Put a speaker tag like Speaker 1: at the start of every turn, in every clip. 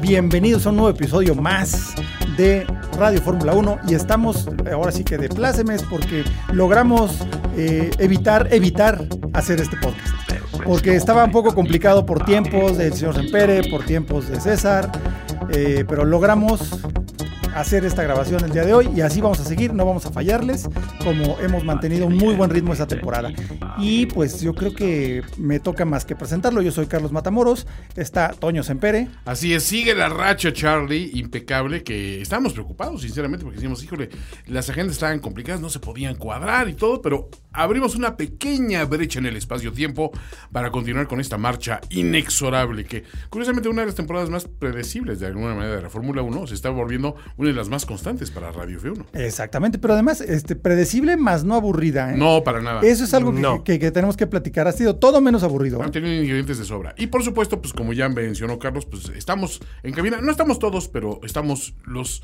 Speaker 1: Bienvenidos a un nuevo episodio más de Radio Fórmula 1 y estamos eh, ahora sí que de plácemes porque logramos eh, evitar, evitar hacer este podcast. Porque estaba un poco complicado por tiempos del señor Sempere, por tiempos de César, eh, pero logramos hacer esta grabación el día de hoy y así vamos a seguir, no vamos a fallarles, como hemos mantenido un muy buen ritmo esta temporada. Y pues yo creo que me toca más que presentarlo, yo soy Carlos Matamoros, está Toño Sempere,
Speaker 2: Así es, sigue la racha, Charlie, impecable, que estábamos preocupados, sinceramente, porque decíamos, híjole, las agendas estaban complicadas, no se podían cuadrar y todo, pero abrimos una pequeña brecha en el espacio-tiempo para continuar con esta marcha inexorable, que curiosamente una de las temporadas más predecibles de alguna manera de la Fórmula 1 se está volviendo una de las más constantes para Radio F1.
Speaker 1: exactamente, pero además este, predecible más no aburrida. ¿eh?
Speaker 2: No, para nada.
Speaker 1: Eso es algo que,
Speaker 3: No.
Speaker 1: que- que tenemos que platicar, ha sido todo menos aburrido. ¿eh?
Speaker 2: Han tenido ingredientes de sobra. Y por supuesto, pues como ya mencionó Carlos, pues estamos en cabina. No estamos todos, pero estamos los...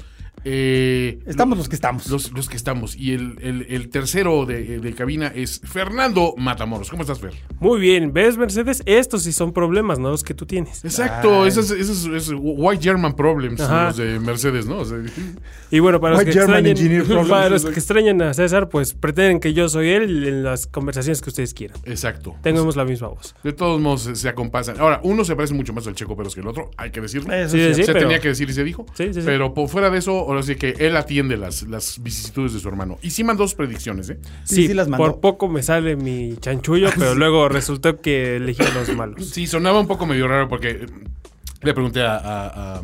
Speaker 2: eh,
Speaker 1: Estamos los que estamos.
Speaker 2: Los, los que estamos. Y el, el- el tercero de, de cabina es Fernando Matamoros. ¿Cómo estás, Fer?
Speaker 3: Muy bien, ¿ves, Mercedes? Estos sí son problemas, no los que tú tienes.
Speaker 2: Exacto, ese es, ese es- ese es White German Problems,
Speaker 3: Ajá.
Speaker 2: los de Mercedes, ¿no? O sea,
Speaker 3: Y bueno, para los,
Speaker 1: White
Speaker 3: que
Speaker 1: German
Speaker 3: extrañen,
Speaker 1: engineer problems.
Speaker 3: para los que extrañan a César, pues pretenden que yo soy él en las conversaciones que ustedes quieran.
Speaker 2: exacto.
Speaker 3: Tenemos la misma voz.
Speaker 2: De todos modos, se, se acompasan. Ahora, uno se parece mucho más al Checo Pérez que el otro, hay que decirlo.
Speaker 1: Eso
Speaker 3: Sí,
Speaker 1: es
Speaker 3: sí,
Speaker 2: se
Speaker 3: pero-
Speaker 2: tenía que decir y se dijo.
Speaker 3: Sí, sí, sí.
Speaker 2: Pero por fuera de eso, ahora sí que él atiende las, las vicisitudes de su hermano. Y sí mandó dos predicciones, ¿eh?
Speaker 1: Sí,
Speaker 3: Sí,
Speaker 1: sí las mandó.
Speaker 3: por poco me sale mi chanchullo, pero luego resultó que elegí a los malos.
Speaker 2: Sí, sonaba un poco medio raro porque eh, le pregunté a, a, a,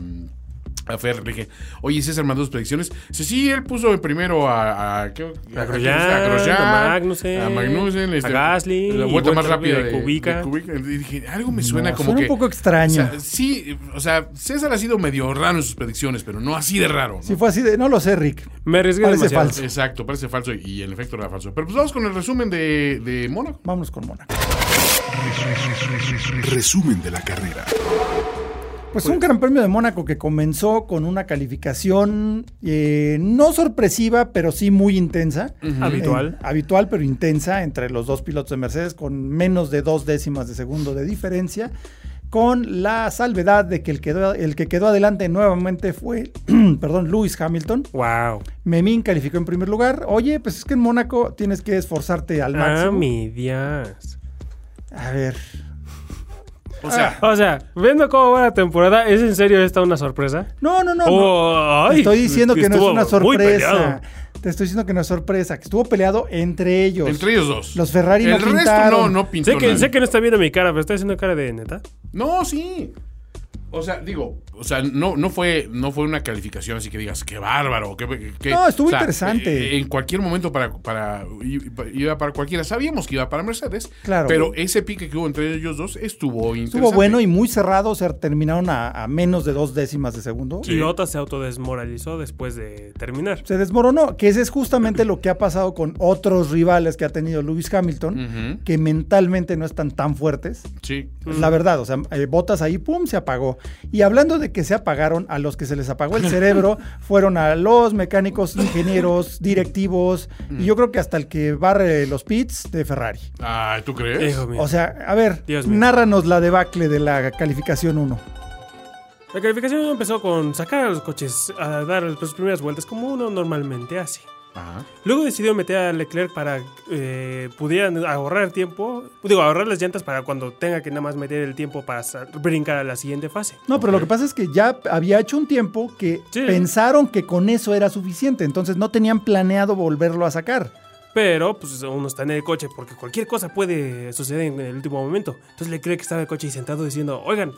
Speaker 2: a Fer, le dije, oye, César mandó sus predicciones. Dice, sí, él puso primero a... A, ¿qué-
Speaker 3: A
Speaker 2: quién
Speaker 3: Grosjean,
Speaker 2: es?
Speaker 3: a
Speaker 2: Grosjean,
Speaker 3: Magnussen,
Speaker 2: A Magnussen. este,
Speaker 3: a Gasly,
Speaker 2: La
Speaker 3: y
Speaker 2: vuelta más
Speaker 3: vuelta
Speaker 2: rápida
Speaker 3: rápida
Speaker 2: de,
Speaker 3: de Kubica.
Speaker 2: de Y dije, algo me suena
Speaker 1: No,
Speaker 2: como
Speaker 1: suena
Speaker 2: que...
Speaker 1: un poco extraño.
Speaker 2: o sea, sí, o sea, César ha sido medio raro en sus predicciones, pero no así de raro. ¿no?
Speaker 1: Si fue así de, no lo sé, Rick.
Speaker 3: Me arriesgué
Speaker 1: Parece
Speaker 3: demasiado.
Speaker 1: falso.
Speaker 2: Exacto, parece falso y, y en efecto era falso. Pero pues vamos con el resumen de, de Mónaco.
Speaker 1: Vámonos con Mónaco.
Speaker 4: Resumen de la carrera.
Speaker 1: Pues un gran premio de Mónaco que comenzó con una calificación eh, no sorpresiva, pero sí muy intensa.
Speaker 3: Habitual.
Speaker 1: En- Eh, habitual, pero intensa entre los dos pilotos de Mercedes, con menos de dos décimas de segundo de diferencia, con la salvedad de que el, quedó- el que quedó adelante nuevamente fue, perdón, Lewis Hamilton.
Speaker 3: Wow.
Speaker 1: Memín calificó en primer lugar. Oye, pues es que en Mónaco tienes que esforzarte al
Speaker 3: Ah,
Speaker 1: máximo.
Speaker 3: mi Dios.
Speaker 1: A ver.
Speaker 2: O sea,
Speaker 1: Ah,
Speaker 3: O sea, viendo cómo va la temporada, ¿es en serio esta una sorpresa?
Speaker 1: No, no, no. no.
Speaker 3: Oh,
Speaker 1: Te
Speaker 3: ay,
Speaker 1: estoy diciendo que no es
Speaker 3: estuvo
Speaker 1: una
Speaker 3: muy
Speaker 1: sorpresa.
Speaker 3: peleado.
Speaker 1: Te estoy diciendo que no es sorpresa, que estuvo peleado entre ellos.
Speaker 2: entre ellos dos.
Speaker 1: los Ferrari no
Speaker 2: El resto
Speaker 1: pintaron.
Speaker 2: no, no pintó
Speaker 3: Sé que,
Speaker 2: nadie.
Speaker 3: sé que no está viendo mi cara, pero está haciendo cara de neta.
Speaker 2: No, sí. O sea, digo, o sea, no, no fue, no fue una calificación así que digas, qué bárbaro. Qué, qué-
Speaker 1: No, estuvo
Speaker 2: o sea,
Speaker 1: interesante.
Speaker 2: eh, En cualquier momento para, para, iba para cualquiera. Sabíamos que iba para Mercedes.
Speaker 1: Claro.
Speaker 2: Pero ese pique que hubo entre ellos dos estuvo interesante.
Speaker 1: Estuvo bueno y muy cerrado, o sea, terminaron a, a menos de dos décimas de segundo.
Speaker 2: Sí.
Speaker 3: Y Lota se autodesmoralizó después de terminar.
Speaker 1: Se desmoronó, que ese es justamente lo que ha pasado con otros rivales que ha tenido Lewis Hamilton,
Speaker 2: Ujú,
Speaker 1: que mentalmente no están tan fuertes.
Speaker 2: Sí.
Speaker 1: La verdad, o sea, eh, botas ahí, pum, se apagó. Y hablando de que se apagaron, a los que se les apagó el cerebro fueron a los mecánicos, ingenieros, directivos, y yo creo que hasta el que barre los pits de Ferrari.
Speaker 2: Ay, Ah, ¿tú crees?
Speaker 3: Hijo mío.
Speaker 1: O sea, a ver,
Speaker 3: Dios mío.
Speaker 1: nárranos la debacle de la calificación 1.
Speaker 3: la calificación empezó con sacar a los coches a dar las primeras vueltas como uno normalmente hace.
Speaker 2: Ajá.
Speaker 3: Luego decidió meter a Leclerc para eh, pudieran ahorrar tiempo, digo, ahorrar las llantas para cuando tenga que nada más meter el tiempo para sa- brincar a la siguiente fase.
Speaker 1: No, pero lo que pasa es que ya había hecho un tiempo que
Speaker 3: Sí.
Speaker 1: pensaron que con eso era suficiente, entonces no tenían planeado volverlo a sacar.
Speaker 3: Pero, pues, uno está en el coche porque cualquier cosa puede suceder en el último momento. Entonces le cree que estaba en el coche y sentado diciendo, oigan,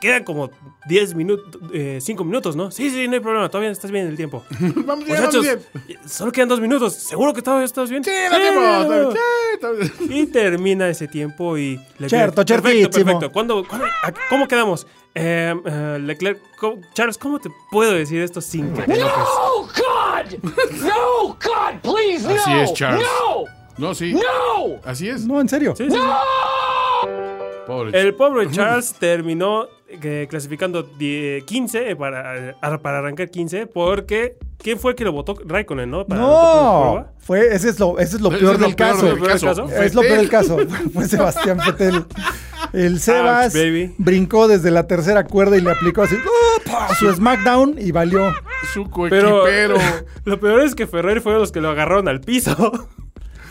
Speaker 3: quedan como 10 minutos, 5 minutos, ¿no? Sí, sí, no hay problema, todavía estás bien en el tiempo.
Speaker 2: Vamos bien, vamos
Speaker 3: Muchachos,
Speaker 2: bien.
Speaker 3: solo quedan 2 minutos, seguro que todavía estás bien.
Speaker 2: Sí, da tiempo,
Speaker 3: no.
Speaker 2: sí,
Speaker 3: Y termina ese tiempo y Leclerc.
Speaker 1: Cierto,
Speaker 3: perfecto,
Speaker 1: ciertísimo.
Speaker 3: perfecto. ¿Cuándo- cuándo- a- ¿Cómo quedamos? Eh, eh, Leclerc, ¿cómo- Charles, ¿cómo te puedo decir esto sin que te enojes?
Speaker 5: No, Oh, God! No, God, please, no!
Speaker 2: Así es, Charles.
Speaker 5: No!
Speaker 2: No, sí.
Speaker 5: No!
Speaker 2: Así es.
Speaker 1: No, en serio.
Speaker 3: Sí, sí, sí.
Speaker 2: Pobre
Speaker 3: El pobre Charles terminó eh, clasificando die- 15 eh, para, eh, ar- para arrancar 15 porque ¿quién fue el que lo votó? Raikkonen, ¿no? Para la
Speaker 1: No,
Speaker 3: prueba.
Speaker 1: fue, ese es lo, ese es lo
Speaker 2: Ese
Speaker 1: peor
Speaker 2: es lo
Speaker 1: del
Speaker 2: peor
Speaker 1: caso.
Speaker 2: del
Speaker 3: caso.
Speaker 2: caso.
Speaker 1: Es lo peor
Speaker 2: Vettel.
Speaker 1: del caso. Fue Sebastián Fetel. El Sebas
Speaker 3: baby.
Speaker 1: brincó desde la tercera cuerda y le aplicó así ¡uh! pa! su SmackDown y valió.
Speaker 2: Su
Speaker 3: Pero,
Speaker 2: coequipero.
Speaker 3: lo peor es que Ferrari fueron los que lo agarraron al piso.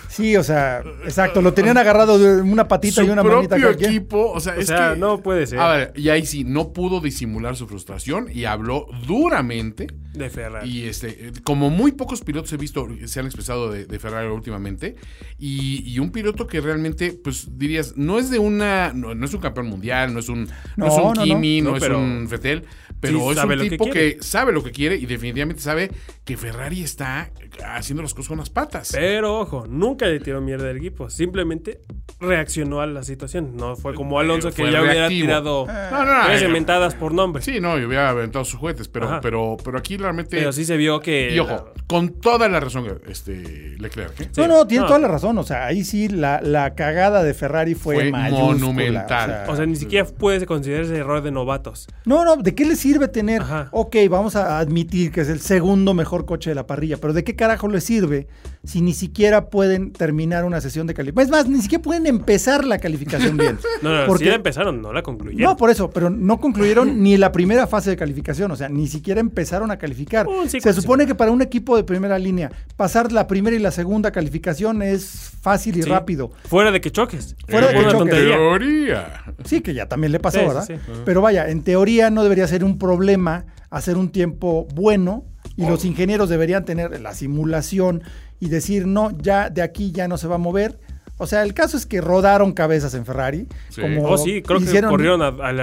Speaker 1: Sí, o sea, exacto. Lo tenían agarrado de una
Speaker 2: Su
Speaker 1: patita y una manita.
Speaker 2: propio
Speaker 1: cualquiera.
Speaker 2: equipo. O sea,
Speaker 3: O
Speaker 2: es
Speaker 3: sea,
Speaker 2: que-
Speaker 3: no puede ser.
Speaker 2: A ver, y ahí sí, no pudo disimular su frustración y habló duramente.
Speaker 3: De Ferrari.
Speaker 2: Y este, eh, como muy pocos pilotos he visto, eh, se han expresado de, de Ferrari últimamente, y, y un piloto que realmente, pues dirías, no es de una, no, no es un campeón mundial, no es un, no,
Speaker 1: No,
Speaker 2: es un
Speaker 1: no, no.
Speaker 2: Kimi, no,
Speaker 3: No,
Speaker 2: es
Speaker 3: pero-
Speaker 2: un Vettel, pero es
Speaker 3: sabe
Speaker 2: un
Speaker 3: lo que
Speaker 2: tipo que,
Speaker 3: quiere.
Speaker 2: sabe lo que quiere y definitivamente sabe que Ferrari está haciendo las cosas con las patas.
Speaker 3: Pero ojo, nunca le tiró mierda al equipo. Simplemente reaccionó a la situación. No fue como Alonso
Speaker 2: Eh,
Speaker 3: que
Speaker 2: fue
Speaker 3: ya hubiera
Speaker 2: reactivo.
Speaker 3: tirado
Speaker 2: No, no, no,
Speaker 3: tres
Speaker 2: eh,
Speaker 3: mentadas por nombre.
Speaker 2: Sí, no, yo hubiera aventado sus juguetes, pero,
Speaker 3: Ajá.
Speaker 2: pero, pero aquí realmente.
Speaker 3: Pero sí se vio que.
Speaker 2: y ojo, con toda la razón, este Leclerc. ¿eh?
Speaker 3: Sí.
Speaker 1: No, no, tiene
Speaker 3: No.
Speaker 1: toda la razón. O sea, ahí sí la, la cagada de Ferrari fue,
Speaker 2: Fue
Speaker 1: mayúscula,
Speaker 2: monumental.
Speaker 3: O sea, ni siquiera puede considerarse error de novatos.
Speaker 1: No, no, ¿de qué le sirve tener?
Speaker 3: Ajá.
Speaker 1: Ok, vamos a admitir que es el segundo mejor coche de la parrilla, pero ¿de qué carajo le sirve si ni siquiera pueden terminar una sesión de calificación? Es más, ni siquiera pueden empezar la calificación bien.
Speaker 3: No, no,
Speaker 1: Porque-
Speaker 3: sí la empezaron, no la concluyeron.
Speaker 1: No, por eso, pero no concluyeron ni la primera fase de calificación, o sea, ni siquiera empezaron a calificar.
Speaker 3: Un
Speaker 1: Se
Speaker 3: sequence.
Speaker 1: supone que para un equipo de primera línea, pasar la primera y la segunda calificación es fácil y
Speaker 3: Sí.
Speaker 1: rápido.
Speaker 3: Fuera de que choques.
Speaker 1: Fuera de que
Speaker 3: Una
Speaker 1: choques.
Speaker 2: Eh,
Speaker 3: tontería.
Speaker 2: Teoría.
Speaker 1: Sí, que ya también le pasó,
Speaker 3: Sí, sí,
Speaker 1: ¿verdad?
Speaker 3: sí. Ajá.
Speaker 1: Pero vaya, en teoría no debería ser un problema hacer un tiempo bueno y los ingenieros deberían tener la simulación y decir, no, ya de aquí ya no se va a mover. O sea, el caso es que rodaron cabezas en Ferrari.
Speaker 2: Sí.
Speaker 1: Como
Speaker 3: Oh, sí, creo
Speaker 1: hicieron-
Speaker 3: que corrieron a- al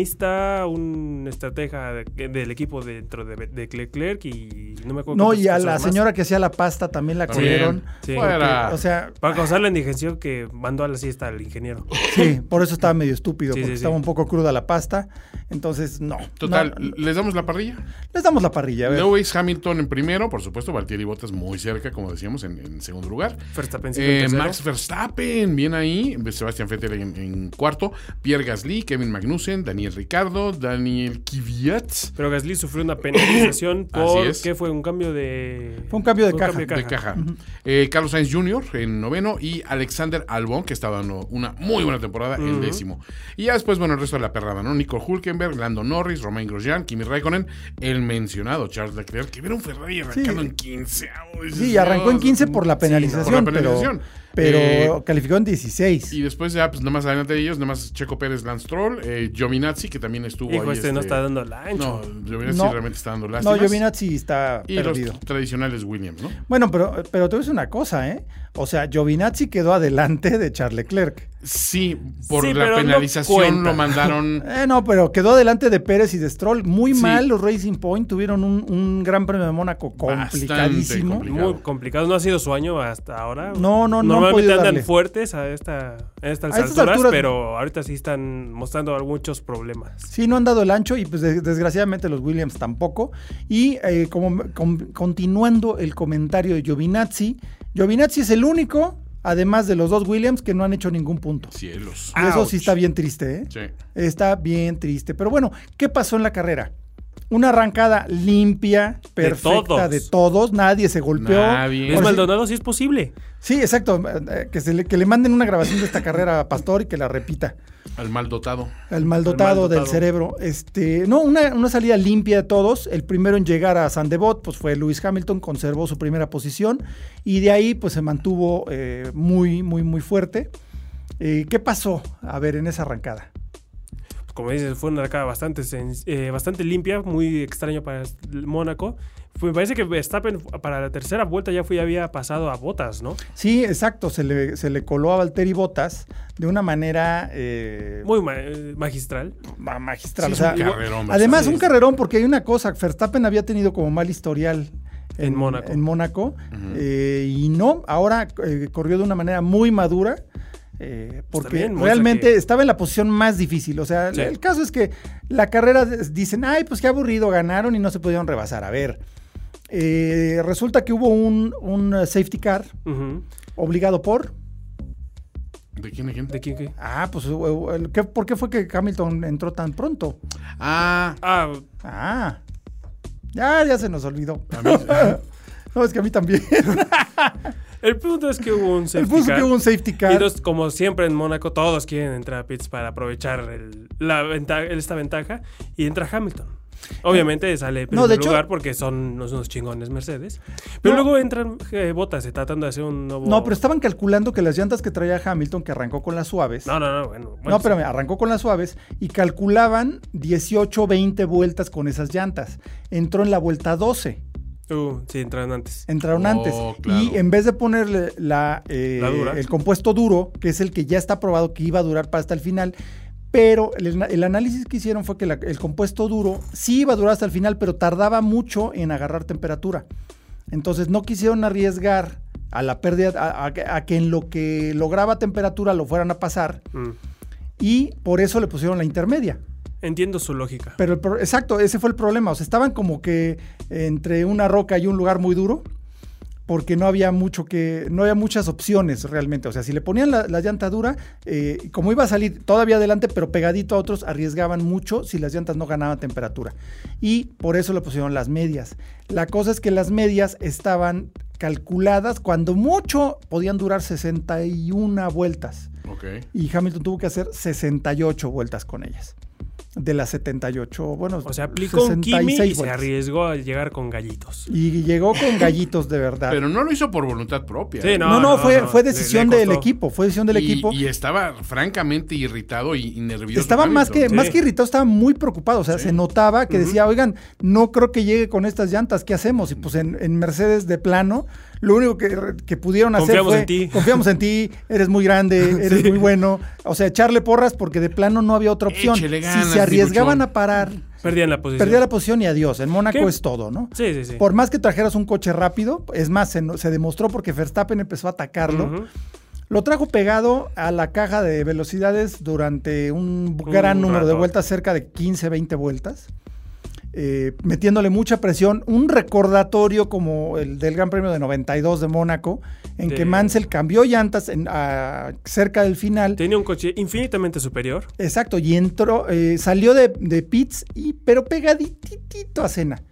Speaker 3: aerodinamista, un estratega de- del equipo dentro de, de Leclerc y no me acuerdo.
Speaker 1: No,
Speaker 3: cuántas
Speaker 1: y a la
Speaker 3: personas más. Ah.
Speaker 1: señora que hacía la pasta también la
Speaker 2: También.
Speaker 1: corrieron.
Speaker 3: Sí.
Speaker 2: Fuera.
Speaker 1: O sea,
Speaker 3: Para causar la indigencia que mandó a la siesta al ingeniero.
Speaker 1: sí, por eso estaba medio estúpido,
Speaker 3: Sí,
Speaker 1: porque
Speaker 3: sí, sí.
Speaker 1: estaba un poco cruda la pasta. Entonces, no.
Speaker 2: Total,
Speaker 1: no, no.
Speaker 2: ¿les damos la parrilla?
Speaker 1: les damos la parrilla, a ver.
Speaker 2: Lewis Hamilton en primero, por supuesto, Valtteri Bottas muy cerca, como decíamos, en, en segundo lugar.
Speaker 3: Verstappen sigue en
Speaker 2: Eh,
Speaker 3: tercero.
Speaker 2: Max Verstappen, bien ahí. Sebastián Vettel en, en cuarto. Pierre Gasly, Kevin Magnussen, Daniel Ricardo, Daniel Kvyat
Speaker 3: Pero Gasly sufrió una penalización
Speaker 2: Así
Speaker 3: por
Speaker 2: es.
Speaker 3: que fue un cambio de.
Speaker 1: Fue un cambio de caja.
Speaker 2: de caja. Eh, Carlos Sainz Jr. en noveno y Alexander Albon, que está dando una muy buena temporada, en décimo. Y ya después, bueno, el resto de la perrada, ¿no? Nico Hulkenberg, Lando Norris, Romain Grosjean, Kimi Raikkonen, el mencionado Charles Leclerc, que vieron Ferrari arrancando
Speaker 1: Sí.
Speaker 2: en 15. Ay,
Speaker 1: Sí,
Speaker 2: Dios,
Speaker 1: y arrancó en 15 por la
Speaker 3: Sí, no.
Speaker 1: penalización,
Speaker 2: Por la penalización.
Speaker 1: pero, pero
Speaker 2: Eh,
Speaker 1: calificó en 16.
Speaker 2: Y después ya, pues nada más adelante de ellos, nada más Checo Pérez, Lance Troll, eh, Giovinazzi, que también estuvo
Speaker 3: Hijo,
Speaker 2: ahí,
Speaker 3: este, no está dando la ancha.
Speaker 2: No, Giovinazzi
Speaker 1: No.
Speaker 2: realmente está dando
Speaker 1: no,
Speaker 2: lástimas.
Speaker 1: Giovinazzi está
Speaker 2: Y
Speaker 1: perdido.
Speaker 2: los tradicionales Williams, ¿no?
Speaker 1: Bueno, pero, pero te voy a decir una cosa, ¿eh? O sea, Giovinazzi quedó adelante de Charles Leclerc.
Speaker 2: Sí, por
Speaker 3: Sí,
Speaker 2: la
Speaker 3: pero no
Speaker 2: penalización
Speaker 3: cuenta.
Speaker 2: lo mandaron...
Speaker 1: Eh, no, pero quedó adelante de Pérez y de Stroll. Muy
Speaker 2: Sí.
Speaker 1: mal los Racing Point. Tuvieron un, un gran premio de Mónaco
Speaker 2: Bastante
Speaker 1: complicadísimo.
Speaker 2: complicado.
Speaker 3: Muy complicado, no ha sido su año hasta ahora.
Speaker 1: No, no, no han
Speaker 3: Normalmente
Speaker 1: podido
Speaker 3: andan
Speaker 1: darle.
Speaker 3: fuertes a, esta, a estas
Speaker 1: A estas
Speaker 3: alturas,
Speaker 1: alturas-
Speaker 3: pero ahorita sí están mostrando muchos problemas.
Speaker 1: Sí, no han dado el ancho y pues de- desgraciadamente los Williams tampoco. Y eh, como, com- continuando el comentario de Giovinazzi, Giovinazzi es el único, además de los dos Williams, que no han hecho ningún punto.
Speaker 2: Cielos.
Speaker 1: Y Ah, eso sí
Speaker 3: Ouch.
Speaker 1: está bien triste, ¿eh?
Speaker 2: Sí.
Speaker 1: Está bien triste. Pero bueno, ¿qué pasó en la carrera? Una arrancada limpia, perfecta
Speaker 3: todos.
Speaker 1: de todos, nadie se golpeó.
Speaker 2: Nadie.
Speaker 3: ¿Ves
Speaker 1: Ahora Pues sí-
Speaker 3: Maldonado? Sí es posible.
Speaker 1: Sí, exacto. eh, Que, se le, que le manden una grabación de esta carrera a Pastor y que la repita.
Speaker 2: Al mal dotado.
Speaker 1: El maldotado
Speaker 3: Al maldotado.
Speaker 1: del cerebro. Este, no, una, una salida limpia de todos. El primero en llegar a Sandebot pues fue Lewis Hamilton, conservó su primera posición y de ahí pues se mantuvo eh, muy, muy, muy fuerte. Eh, ¿Qué pasó? A ver, en esa arrancada.
Speaker 3: Pues como dices, fue una arcada bastante, sen- eh, bastante limpia, muy extraño para el Mónaco. Fue- Me parece que Verstappen para la tercera vuelta ya, fue, ya había pasado a botas, ¿no?
Speaker 1: Sí, exacto, se le, se le coló a Valtteri Botas de una manera eh,
Speaker 3: Muy ma- eh, magistral.
Speaker 1: ma- magistral.
Speaker 2: Sí,
Speaker 1: o sea,
Speaker 2: es un carrerón,
Speaker 1: además,
Speaker 2: sí,
Speaker 1: un
Speaker 2: sí.
Speaker 1: carrerón, porque hay una cosa, Verstappen había tenido como mal historial
Speaker 3: En Mónaco.
Speaker 1: En Mónaco. Eh, y no, ahora eh, corrió de una manera muy madura. eh, porque
Speaker 3: bien, muestra
Speaker 1: realmente
Speaker 3: que-
Speaker 1: estaba en la posición más difícil. O sea,
Speaker 3: Sí.
Speaker 1: el caso es que la carrera des- dicen, ay, pues qué aburrido, ganaron y no se pudieron rebasar. A ver, eh, resulta que hubo un, un eh, safety car
Speaker 3: Ujú.
Speaker 1: obligado por.
Speaker 2: ¿De quién a quién?
Speaker 3: ¿De quién qué?
Speaker 1: Ah, pues, eh, el- ¿qué- ¿por qué fue que Hamilton entró tan pronto?
Speaker 2: Ah,
Speaker 3: Ah,
Speaker 1: Ah, ya, ya se nos olvidó.
Speaker 2: a mí-
Speaker 1: No, es que a mí también.
Speaker 3: el punto es que hubo un
Speaker 1: El
Speaker 3: safety
Speaker 1: punto es
Speaker 3: car.
Speaker 1: que hubo un safety car.
Speaker 3: Y dos, como siempre en Mónaco, todos quieren entrar a pits para aprovechar el- la venta- esta ventaja. Y entra Hamilton. Obviamente sale en primer
Speaker 1: Eh, de hecho-
Speaker 3: lugar porque son unos, unos chingones Mercedes. Pero
Speaker 1: No.
Speaker 3: luego entran eh, Botas tratando de hacer un nuevo.
Speaker 1: No, pero estaban calculando que las llantas que traía Hamilton, que arrancó con las suaves.
Speaker 3: No, no, no, bueno. bueno,
Speaker 1: no, espérame, arrancó con las suaves y calculaban 18, 20 vueltas con esas llantas. Entró en la vuelta 12.
Speaker 3: Uh, sí, entran antes.
Speaker 1: Entraron
Speaker 2: Oh,
Speaker 1: antes.
Speaker 2: claro.
Speaker 1: Y en vez de ponerle la, eh,
Speaker 3: La dura.
Speaker 1: el compuesto duro, que es el que ya está probado que iba a durar para hasta el final, pero el, el análisis que hicieron fue que la- el compuesto duro sí iba a durar hasta el final, pero tardaba mucho en agarrar temperatura. Entonces no quisieron arriesgar a la pérdida, a, a- a que en lo que lograba temperatura lo fueran a pasar
Speaker 3: Mm.
Speaker 1: y por eso le pusieron la intermedia.
Speaker 3: Entiendo su lógica.
Speaker 1: Pero el pro- exacto, ese fue el problema. O sea, estaban como que entre una roca y un lugar muy duro, porque no había mucho que, no había muchas opciones realmente. O sea, si le ponían la, la llanta dura, eh, como iba a salir todavía adelante, pero pegadito a otros, arriesgaban mucho si las llantas no ganaban temperatura. Y por eso le pusieron las medias. La cosa es que las medias estaban calculadas cuando mucho podían durar 61 vueltas
Speaker 2: ok.
Speaker 1: y Hamilton tuvo que hacer 68 vueltas con ellas. De las 78, bueno,
Speaker 3: O sea, aplicó un
Speaker 1: 66
Speaker 3: Kimi y se
Speaker 1: vueltas.
Speaker 3: arriesgó a llegar con gallitos.
Speaker 1: Y llegó con gallitos de verdad.
Speaker 2: Pero no lo hizo por voluntad propia.
Speaker 3: Sí,
Speaker 2: ¿eh?
Speaker 3: no,
Speaker 1: no, no, fue, fue
Speaker 3: le- le
Speaker 1: decisión del
Speaker 3: costó.
Speaker 1: equipo, fue decisión del
Speaker 2: y,
Speaker 1: equipo.
Speaker 2: y estaba francamente irritado y, y nervioso.
Speaker 1: Estaba más que,
Speaker 2: Hamilton.
Speaker 1: más que irritado, estaba muy preocupado. O sea, se notaba que decía, oigan, no creo que llegue con estas llantas, ¿qué hacemos? Y pues en, en Mercedes de plano, lo único que, que pudieron hacer
Speaker 3: Confiamos
Speaker 1: fue,
Speaker 3: en ti.
Speaker 1: confiamos en ti, eres muy grande, eres muy bueno. O sea, echarle porras porque de plano no había otra opción.
Speaker 2: Échele
Speaker 1: si
Speaker 2: ganas,
Speaker 1: se arriesgaban
Speaker 2: Dibuchón.
Speaker 1: a parar,
Speaker 3: Perdían la posición.
Speaker 1: Perdía la posición y adiós. En Mónaco
Speaker 3: ¿Qué?
Speaker 1: es todo, ¿no?
Speaker 3: Sí, sí, sí.
Speaker 1: Por más que trajeras un coche rápido, es más, se, se demostró porque Verstappen empezó a atacarlo.
Speaker 3: Ujú.
Speaker 1: Lo trajo pegado a la caja de velocidades durante un gran número de
Speaker 3: rato.
Speaker 1: vueltas, cerca de 15, 20 vueltas, eh, metiéndole mucha presión. Un recordatorio como el del Gran Premio de 92 de Mónaco, en
Speaker 3: De-
Speaker 1: que Mansell cambió llantas en- a- cerca del final.
Speaker 3: Tenía un coche infinitamente superior.
Speaker 1: Exacto, y entró, eh, salió de, de pits, y, pero pegaditito a cena.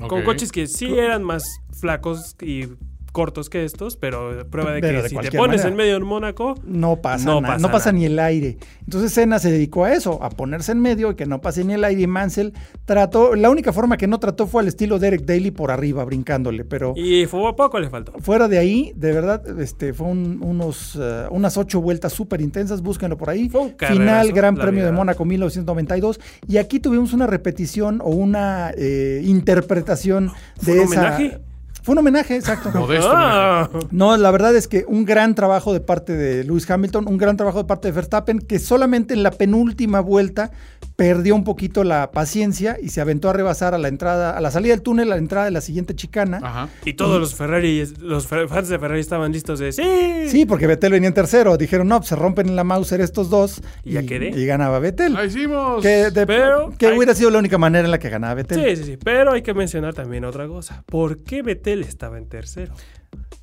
Speaker 2: Ok.
Speaker 3: Con coches que sí eran más flacos y cortos que estos, pero prueba de
Speaker 1: Pero
Speaker 3: que
Speaker 1: de
Speaker 3: si te
Speaker 1: cualquier
Speaker 3: pones
Speaker 1: manera.
Speaker 3: en medio de Mónaco,
Speaker 1: No pasa
Speaker 3: No
Speaker 1: nada,
Speaker 3: pasa
Speaker 1: no pasa
Speaker 3: nada.
Speaker 1: ni el aire. Entonces Senna se dedicó a eso, a ponerse en medio y que no pase ni el aire. Y Mansell trató, la única forma que no trató fue al estilo Derek Daly por arriba, brincándole, pero
Speaker 3: y fue a poco le faltó.
Speaker 1: fuera de ahí, de verdad, este, fue un- unos, eh, unas ocho vueltas súper intensas, búsquenlo por ahí.
Speaker 3: Fue un
Speaker 1: Final,
Speaker 3: carrerazo,
Speaker 1: Gran
Speaker 3: la
Speaker 1: Premio de
Speaker 3: verdad.
Speaker 1: Mónaco 1992. Y aquí tuvimos una repetición o una eh, interpretación
Speaker 3: ¿Fue
Speaker 1: de
Speaker 3: un
Speaker 1: esa-
Speaker 3: homenaje?
Speaker 1: Fue un homenaje, exacto.
Speaker 2: Modesto.
Speaker 3: Ah,
Speaker 1: No, la verdad es que un gran trabajo de parte de Lewis Hamilton, un gran trabajo de parte de Verstappen, que solamente en la penúltima vuelta perdió un poquito la paciencia y se aventó a rebasar a la entrada, a la salida del túnel, a la entrada de la siguiente chicana.
Speaker 2: Ajá.
Speaker 3: y todos los Ferrari, los fer- fans de Ferrari estaban listos de sí.
Speaker 1: Sí, porque Vettel venía en tercero. Dijeron, no, pues se rompen en la Mauser estos dos.
Speaker 3: Y ya quedé. pues,
Speaker 1: Y ganaba Vettel.
Speaker 2: La hicimos.
Speaker 1: Que, de-
Speaker 3: Pero
Speaker 1: que
Speaker 3: hay-
Speaker 1: hubiera sido la única manera en la que ganaba Vettel.
Speaker 3: Sí, sí, sí. Pero hay que mencionar también otra cosa. ¿Por qué Vettel estaba en tercero?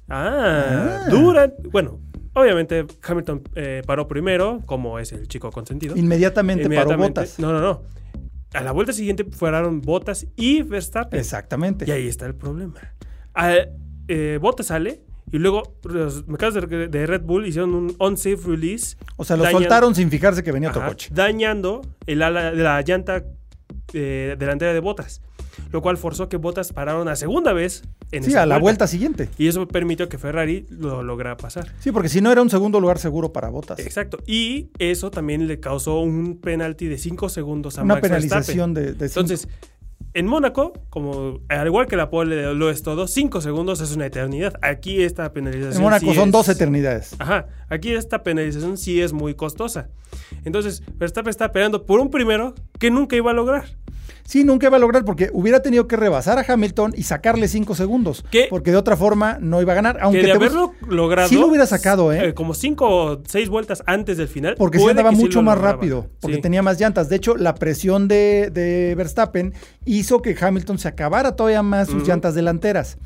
Speaker 3: Ah,
Speaker 1: Ah.
Speaker 3: Durant. Bueno, obviamente Hamilton eh, paró primero, como es el chico consentido.
Speaker 1: Inmediatamente,
Speaker 3: Inmediatamente-
Speaker 1: paró botas.
Speaker 3: No, no, no. A la vuelta siguiente pararon Botas y Verstappen.
Speaker 1: Exactamente.
Speaker 3: Y ahí está el problema. Al- eh, Bottas sale y luego los mecánicos de, de Red Bull hicieron un unsafe release.
Speaker 1: O sea, lo
Speaker 3: dañan-
Speaker 1: soltaron sin fijarse que venía otro
Speaker 3: Ajá,
Speaker 1: coche.
Speaker 3: Dañando el ala de la llanta eh, delantera de Botas. Lo cual forzó que Botas pararon una segunda vez en
Speaker 1: Sí,
Speaker 3: esa
Speaker 1: a la vuelta siguiente.
Speaker 3: Y eso permitió que Ferrari lo lograra pasar.
Speaker 1: Sí, porque si no era un segundo lugar seguro para botas.
Speaker 3: Exacto. Y eso también le causó un penalti de 5 segundos a
Speaker 1: una
Speaker 3: Max
Speaker 1: penalización
Speaker 3: Verstappen.
Speaker 1: de, de cinco.
Speaker 3: Entonces, en Mónaco, como al igual que la pole lo es todo, 5 segundos es una eternidad. Aquí esta penalización.
Speaker 1: en Mónaco
Speaker 3: sí
Speaker 1: son
Speaker 3: es-
Speaker 1: dos eternidades.
Speaker 3: Ajá, aquí esta penalización sí es muy costosa. Entonces, Verstappen está peleando por un primero que nunca iba a lograr.
Speaker 1: Sí, nunca iba a lograr porque hubiera tenido que rebasar a Hamilton y sacarle 5 segundos.
Speaker 3: ¿Qué?
Speaker 1: Porque de otra forma no iba a ganar. Aunque
Speaker 3: que de
Speaker 1: te-
Speaker 3: haberlo logrado.
Speaker 1: Sí lo hubiera sacado, ¿eh?
Speaker 3: Como cinco o seis vueltas antes del final.
Speaker 1: Porque se
Speaker 3: puede
Speaker 1: andaba
Speaker 3: que sí
Speaker 1: mucho
Speaker 3: lo
Speaker 1: más
Speaker 3: lograba.
Speaker 1: rápido, porque
Speaker 3: Sí.
Speaker 1: tenía más llantas. De hecho, la presión de, de Verstappen hizo que Hamilton se acabara todavía más sus llantas delanteras.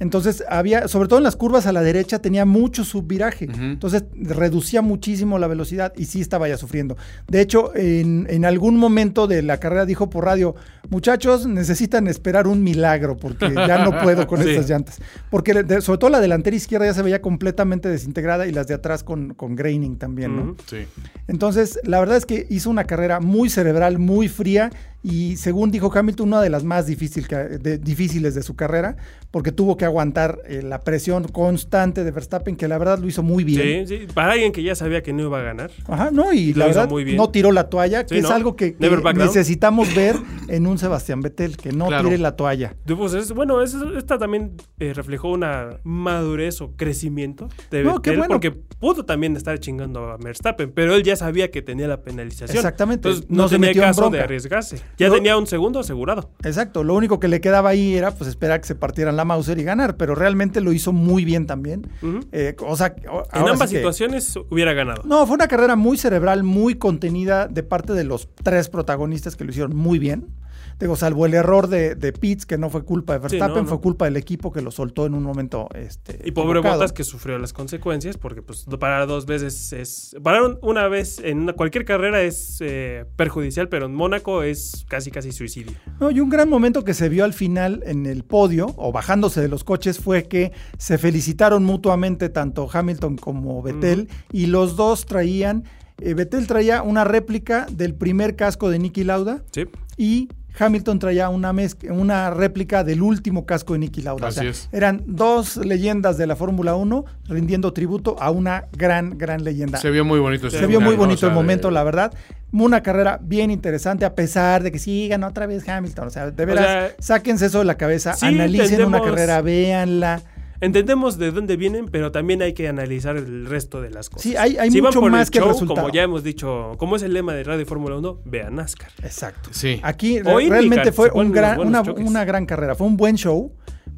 Speaker 1: Entonces había, sobre todo en las curvas a la derecha, tenía mucho subviraje. Entonces reducía muchísimo la velocidad y sí estaba ya sufriendo. De hecho, en, en algún momento de la carrera dijo por radio, muchachos, necesitan esperar un milagro porque ya no puedo con
Speaker 3: Sí.
Speaker 1: estas llantas. Porque de- sobre todo la delantera izquierda ya se veía completamente desintegrada y las de atrás con, con graining también, ¿no?
Speaker 3: Ujú.
Speaker 2: Sí.
Speaker 1: Entonces, la verdad es que hizo una carrera muy cerebral, muy fría y según dijo Hamilton, una de las más difícil que- de- difíciles de su carrera, porque tuvo que aguantar eh, la presión constante de Verstappen, que la verdad lo hizo muy bien.
Speaker 3: Sí, sí. Para alguien que ya sabía que no iba a ganar.
Speaker 1: Ajá, no, y
Speaker 3: Lo
Speaker 1: la
Speaker 3: hizo
Speaker 1: verdad
Speaker 3: muy bien.
Speaker 1: no tiró la toalla, que
Speaker 3: Sí,
Speaker 1: es
Speaker 3: ¿no?
Speaker 1: algo que, que
Speaker 3: Never back down.
Speaker 1: necesitamos ver en un Sebastián Vettel, que no
Speaker 2: Claro.
Speaker 1: tire la toalla.
Speaker 3: Pues es- bueno, es- esta también eh, reflejó una madurez o crecimiento de
Speaker 1: No, qué
Speaker 3: Vettel,
Speaker 1: bueno.
Speaker 3: porque pudo también estar chingando a Verstappen, pero él ya sabía que tenía la penalización.
Speaker 1: Exactamente.
Speaker 3: Entonces no,
Speaker 1: No se
Speaker 3: tenía
Speaker 1: metió en
Speaker 3: caso de
Speaker 1: bronca.
Speaker 3: arriesgarse. Ya
Speaker 1: No.
Speaker 3: tenía un segundo asegurado.
Speaker 1: Exacto, lo único que le quedaba ahí era pues esperar que se partieran la Mauser y ganar, pero realmente lo hizo muy bien también.
Speaker 3: Ujú.
Speaker 1: Eh, cosa que- ahora
Speaker 3: en ambas
Speaker 1: sí que-
Speaker 3: situaciones hubiera ganado.
Speaker 1: No, fue una carrera muy cerebral, muy contenida de parte de los tres protagonistas que lo hicieron muy bien. Digo, salvo el error de, de Pitts, que no fue culpa de Verstappen,
Speaker 3: no, no.
Speaker 1: fue culpa del equipo que lo soltó en un momento. Este,
Speaker 3: Y pobre
Speaker 1: equivocado.
Speaker 3: Botas que sufrió las consecuencias porque pues parar dos veces es... Parar un- una vez en una- cualquier carrera es eh, perjudicial, pero en Mónaco es casi casi suicidio.
Speaker 1: No, y un gran momento que se vio al final en el podio o bajándose de los coches fue que se felicitaron mutuamente tanto Hamilton como Vettel y los dos traían. eh, Vettel traía una réplica del primer casco de Nicky Lauda.
Speaker 3: Sí.
Speaker 1: y Hamilton traía una, mezc- una réplica del último casco de Nicky Lauda. O sea,
Speaker 2: Así es.
Speaker 1: Eran dos leyendas de la Fórmula 1 rindiendo tributo a una gran, gran leyenda.
Speaker 2: Se vio muy bonito.
Speaker 1: Se vio muy bonito el momento, la verdad. Una carrera bien interesante, a pesar de que sí, ganó otra vez Hamilton. O sea, de veras,
Speaker 3: sea,
Speaker 1: sáquense eso de la cabeza,
Speaker 3: sí,
Speaker 1: analicen una
Speaker 3: entendemos-
Speaker 1: carrera, véanla.
Speaker 3: Entendemos de dónde vienen, pero también hay que analizar el resto de las cosas.
Speaker 1: Sí, hay- hay
Speaker 3: Si van
Speaker 1: mucho
Speaker 3: por el
Speaker 1: más que el
Speaker 3: show,
Speaker 1: resultado.
Speaker 3: Como ya hemos dicho, como es el lema de Radio Fórmula 1, vean NASCAR.
Speaker 1: Exacto.
Speaker 2: Sí.
Speaker 1: Aquí
Speaker 3: O
Speaker 1: re-
Speaker 3: IndyCar,
Speaker 1: realmente
Speaker 3: se
Speaker 1: fue un
Speaker 3: ponen unos
Speaker 1: gran,
Speaker 3: buenos
Speaker 1: una,
Speaker 3: choques.
Speaker 1: una gran carrera, fue un buen show,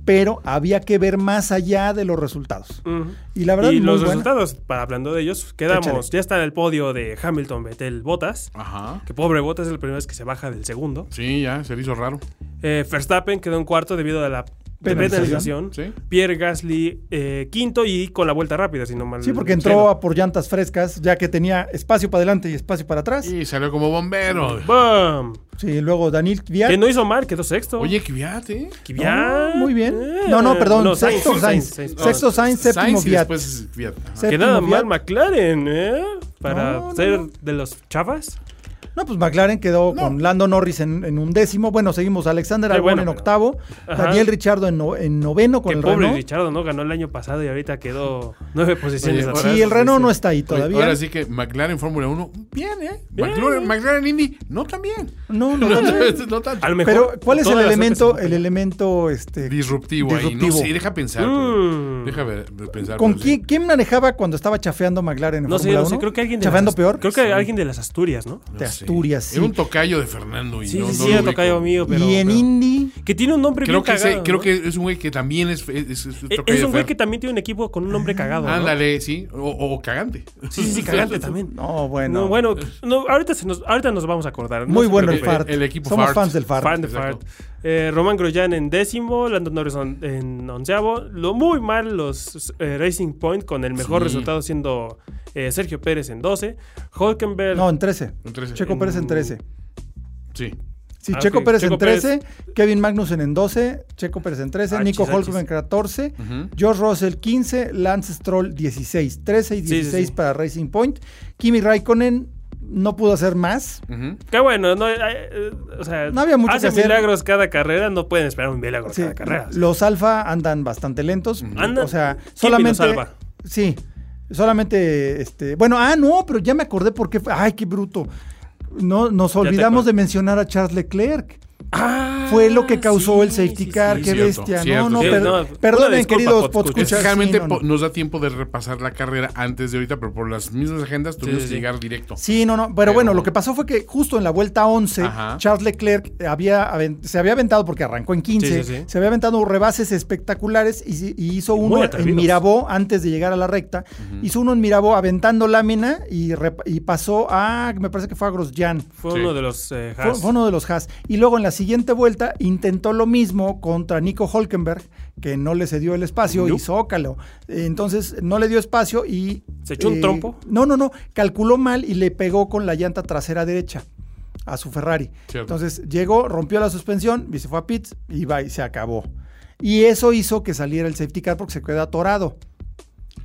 Speaker 1: pero había que ver más allá de los resultados.
Speaker 3: Ujú.
Speaker 1: Y la verdad,
Speaker 3: y
Speaker 1: muy
Speaker 3: los
Speaker 1: buena.
Speaker 3: resultados, para hablando de ellos, quedamos,
Speaker 1: Échale.
Speaker 3: ya está en el podio de Hamilton, Vettel, Botas.
Speaker 2: Ajá.
Speaker 3: Que pobre Botas es la primera vez que se baja del segundo.
Speaker 2: Sí, ya, se le hizo raro.
Speaker 3: Eh, Verstappen quedó en cuarto debido a la
Speaker 1: Penalización.
Speaker 3: penalización.
Speaker 2: Sí.
Speaker 3: Pierre Gasly eh, quinto y con la vuelta rápida, si no mal.
Speaker 1: Sí, porque entró a por llantas frescas, ya que tenía espacio para adelante y espacio para atrás.
Speaker 2: Y salió como bombero.
Speaker 3: ¡Bum!
Speaker 1: Sí, luego Daniel Kvyat.
Speaker 3: Que no hizo mal, quedó sexto.
Speaker 2: Oye, Kvyat, ¿eh?
Speaker 3: Kvyat.
Speaker 1: Ah, muy bien.
Speaker 3: Eh,
Speaker 1: No, no, perdón,
Speaker 3: Sainz,
Speaker 1: sexto
Speaker 3: sí,
Speaker 1: Sainz.
Speaker 3: Sainz.
Speaker 1: Sexto
Speaker 2: No,
Speaker 1: Sainz, séptimo
Speaker 2: y
Speaker 1: Kvyat.
Speaker 2: después Kvyat. Ajá.
Speaker 3: Oh, Que
Speaker 1: Séptimo
Speaker 3: nada mal
Speaker 1: Kvyat.
Speaker 3: McLaren, ¿eh? Para
Speaker 1: No, no,
Speaker 3: ser
Speaker 1: no.
Speaker 3: de los chavas.
Speaker 1: No, pues McLaren quedó
Speaker 2: No.
Speaker 1: con Lando Norris en, en un décimo. Bueno, seguimos Alexander
Speaker 3: Qué
Speaker 1: Albon
Speaker 3: bueno,
Speaker 1: en
Speaker 3: pero-
Speaker 1: octavo,
Speaker 3: Ajá.
Speaker 1: Daniel Richardo en, no- en noveno con
Speaker 3: que
Speaker 1: el
Speaker 3: pobre
Speaker 1: Renault.
Speaker 3: Richardo, ¿no? Ganó el año pasado y ahorita quedó nueve posiciones
Speaker 2: ahora-
Speaker 3: atrás.
Speaker 1: Sí, el Renault no está ahí
Speaker 2: Oye,
Speaker 1: todavía.
Speaker 2: Ahora sí que McLaren Fórmula 1, bien, ¿eh? McLaren, McLaren Indy, no tan bien.
Speaker 1: No, no,
Speaker 2: No,
Speaker 1: no, no.
Speaker 2: no tanto.
Speaker 3: A lo mejor
Speaker 1: Pero, ¿cuál es el
Speaker 3: todas las
Speaker 1: elemento,
Speaker 3: otras-
Speaker 1: el elemento este
Speaker 2: Disruptivo, ahí. No
Speaker 1: disruptivo?
Speaker 2: sé, deja pensar. pero-
Speaker 3: Mm.
Speaker 2: Deja ver- pensar.
Speaker 1: ¿Con
Speaker 2: pero sí.
Speaker 1: quién, quién manejaba cuando estaba chafeando McLaren en
Speaker 3: No sé,
Speaker 1: Fórmula
Speaker 3: no sé,
Speaker 1: 1?
Speaker 3: creo que alguien de
Speaker 1: ¿Chafeando
Speaker 3: las-
Speaker 1: peor?
Speaker 3: Creo que alguien de las Asturias, ¿no?
Speaker 2: No
Speaker 1: de
Speaker 2: sé.
Speaker 1: Asturias, sí.
Speaker 2: Era un tocayo de Fernando. Y
Speaker 3: Sí,
Speaker 2: no,
Speaker 3: sí,
Speaker 2: no
Speaker 3: sí,
Speaker 2: lo
Speaker 3: era
Speaker 2: ubico.
Speaker 3: tocayo mío, pero.
Speaker 1: y en
Speaker 3: pero-
Speaker 1: Indy,
Speaker 3: Que tiene un nombre
Speaker 2: Creo
Speaker 3: bien
Speaker 2: que, ese-
Speaker 3: cagado,
Speaker 2: creo
Speaker 3: ¿no?
Speaker 2: que es un güey que también es, es, es- es
Speaker 3: E-
Speaker 2: tocayo
Speaker 3: Es
Speaker 2: de
Speaker 3: un güey
Speaker 2: Fer.
Speaker 3: que también tiene un equipo con un nombre cagado. ¿no?
Speaker 2: Ándale, sí. O, o cagante.
Speaker 3: Sí, sí, sí, cagante también.
Speaker 1: No, bueno.
Speaker 3: No, bueno, no, ahorita, se nos, ahorita nos vamos a acordar. no
Speaker 1: muy
Speaker 3: se
Speaker 1: bueno el
Speaker 3: preocupe.
Speaker 1: fart.
Speaker 2: el equipo
Speaker 1: Somos
Speaker 2: fart.
Speaker 1: fans del fart.
Speaker 3: Fan de
Speaker 2: Exacto.
Speaker 3: Fart. Eh, Román Groyan en décimo, Landon Norris on- en onceavo. Lo muy mal los eh, Racing Point con el mejor
Speaker 2: Sí.
Speaker 3: resultado siendo eh, Sergio Pérez en 12. Holkenberg.
Speaker 1: No, en 13.
Speaker 2: En 13.
Speaker 1: Checo Pérez en 13.
Speaker 2: Sí.
Speaker 1: Sí,
Speaker 3: Ah,
Speaker 1: Checo
Speaker 3: ok.
Speaker 1: Pérez
Speaker 3: Checo
Speaker 1: en 13, Kevin Magnussen en 12, Checo Pérez en 13,
Speaker 3: Ah,
Speaker 1: Nico
Speaker 3: chis, ah,
Speaker 1: Holcomb en
Speaker 3: chis.
Speaker 1: 14,
Speaker 2: Ujú.
Speaker 1: George Russell 15, Lance Stroll 16, 13 y
Speaker 3: sí,
Speaker 1: 16
Speaker 3: sí.
Speaker 1: para Racing Point. Kimi Raikkonen no pudo hacer más.
Speaker 2: Ujú.
Speaker 3: Qué bueno, no, hay- hay, eh, o sea,
Speaker 1: No había mucho
Speaker 3: hacen
Speaker 1: que hacer.
Speaker 3: milagros cada carrera, no pueden esperar un milagro
Speaker 1: Sí,
Speaker 3: cada carrera.
Speaker 1: Los alfa andan bastante lentos.
Speaker 3: Andan-
Speaker 1: o sea,
Speaker 3: Kimi
Speaker 1: solamente.
Speaker 3: nos salva.
Speaker 1: Sí. Solamente, este. Bueno, ah, no, pero ya me acordé por qué. fue- Ay, qué bruto. No, nos
Speaker 3: te
Speaker 1: olvidamos
Speaker 3: acordé.
Speaker 1: de mencionar a Charles Leclerc.
Speaker 3: Ah,
Speaker 1: Fue lo que causó
Speaker 3: sí,
Speaker 1: el safety
Speaker 3: sí,
Speaker 1: car,
Speaker 3: sí,
Speaker 1: qué
Speaker 3: sí.
Speaker 2: cierto,
Speaker 1: bestia.
Speaker 2: cierto,
Speaker 1: no, no,
Speaker 2: cierto.
Speaker 1: per-
Speaker 3: No, una
Speaker 1: perdonen,
Speaker 3: disculpa,
Speaker 1: queridos
Speaker 3: Podscuchas.
Speaker 1: podescuchas, sí,
Speaker 2: Realmente
Speaker 1: no, no.
Speaker 2: po- nos da tiempo de repasar la carrera antes de ahorita, pero por las mismas agendas tuvimos
Speaker 3: sí,
Speaker 2: que
Speaker 3: sí.
Speaker 2: llegar directo.
Speaker 1: Sí, no, no. Pero, bueno, lo que pasó fue que justo en la vuelta 11,
Speaker 2: Ajá.
Speaker 1: Charles Leclerc había, aven- se había aventado, porque arrancó en 15,
Speaker 3: Sí, sí, sí.
Speaker 1: se había aventado rebases espectaculares y, si- y hizo
Speaker 3: Muy
Speaker 1: uno en
Speaker 3: atrevidos.
Speaker 1: Mirabó antes de llegar a la recta. Hizo uno en Mirabó aventando lámina y, rep- y pasó a, me parece que fue a Grosjean.
Speaker 3: Fue
Speaker 2: Sí.
Speaker 3: uno de los eh,
Speaker 1: Fue,
Speaker 3: Haas.
Speaker 1: fue uno de los Haas. Y luego en la siguiente vuelta intentó lo mismo contra Nico Holkenberg, que no le cedió el espacio y
Speaker 3: Nope.
Speaker 1: zócalo. Eh, Entonces no le dio espacio y. eh,
Speaker 3: ¿Se echó un trompo?
Speaker 1: No, no, no. Calculó mal y le pegó con la llanta trasera derecha a su Ferrari.
Speaker 2: Cierto.
Speaker 1: Entonces llegó, rompió la suspensión y se fue a pits y va y se acabó. Y eso hizo que saliera el safety car porque se quedó atorado.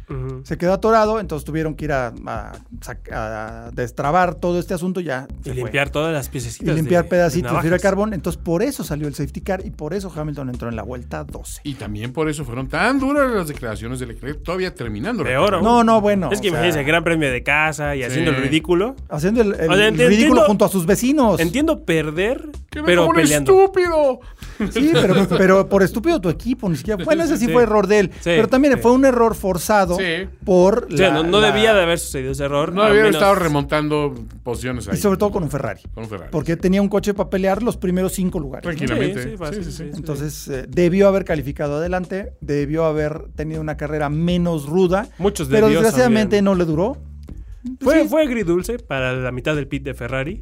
Speaker 3: Ujú.
Speaker 1: Se quedó atorado, entonces tuvieron que ir a, a sac- a destrabar todo este asunto y ya.
Speaker 3: Y
Speaker 1: se fue
Speaker 3: limpiar todas las piececitas.
Speaker 1: y limpiar
Speaker 3: de-
Speaker 1: pedacitos de
Speaker 3: navajas.
Speaker 1: fibra de carbón. Entonces, por eso salió el safety car y por eso Hamilton entró en la vuelta 12.
Speaker 2: Y también por eso fueron tan duras las declaraciones de Leclerc, todavía terminando. la
Speaker 3: Peor
Speaker 2: carrera.
Speaker 3: aún.
Speaker 1: No, no, bueno.
Speaker 3: Es que
Speaker 1: o sea,
Speaker 3: imagínense, gran premio de casa y haciendo el ridículo.
Speaker 1: Haciendo el, el
Speaker 3: O sea, enti-
Speaker 1: ridículo
Speaker 3: entiendo-
Speaker 1: junto a sus vecinos.
Speaker 3: Entiendo perder,
Speaker 2: ¡Que me
Speaker 3: pero
Speaker 2: como un
Speaker 3: peleando.
Speaker 2: estúpido!
Speaker 1: Sí, pero, pero por estúpido tu equipo, ni siquiera. Bueno, ese sí,
Speaker 3: Sí.
Speaker 1: fue error de él.
Speaker 3: Sí,
Speaker 1: pero también
Speaker 3: sí.
Speaker 1: fue un error forzado
Speaker 2: Sí.
Speaker 1: por
Speaker 3: O sea,
Speaker 1: la-
Speaker 3: no, no
Speaker 1: la-
Speaker 3: debía de haber sucedido ese error.
Speaker 2: No
Speaker 3: al
Speaker 2: habían
Speaker 3: menos-
Speaker 2: estado remontando posiciones ahí.
Speaker 1: Y sobre todo con un Ferrari.
Speaker 2: Con un Ferrari.
Speaker 1: Porque tenía un coche para pelear los primeros cinco lugares. ¿no?
Speaker 2: Tranquilamente.
Speaker 3: Sí, sí, fácil,
Speaker 2: Sí, sí, sí.
Speaker 3: Pues, sí.
Speaker 1: Entonces, eh, debió haber calificado adelante, debió haber tenido una carrera menos ruda.
Speaker 3: Muchos
Speaker 1: Pero
Speaker 3: debió
Speaker 1: desgraciadamente
Speaker 3: también.
Speaker 1: no le duró.
Speaker 3: Fue,
Speaker 1: Sí.
Speaker 3: fue agridulce para la mitad del pit de Ferrari.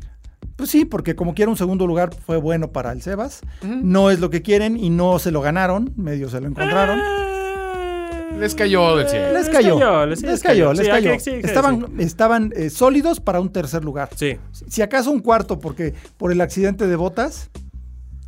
Speaker 1: Pues sí, porque como quiera un segundo lugar fue bueno para el Sebas. No es lo que quieren y no se lo ganaron, medio se lo encontraron.
Speaker 2: Ah, Les cayó del cielo.
Speaker 1: les cayó, les,
Speaker 3: Ah, Eh, les, sí,
Speaker 1: cayó, les
Speaker 3: Sí, hay que
Speaker 1: cayó.
Speaker 3: exigir,
Speaker 1: estaban estaban eh, sólidos para un tercer lugar.
Speaker 3: Sí.
Speaker 1: Si acaso un cuarto, porque por el accidente de botas,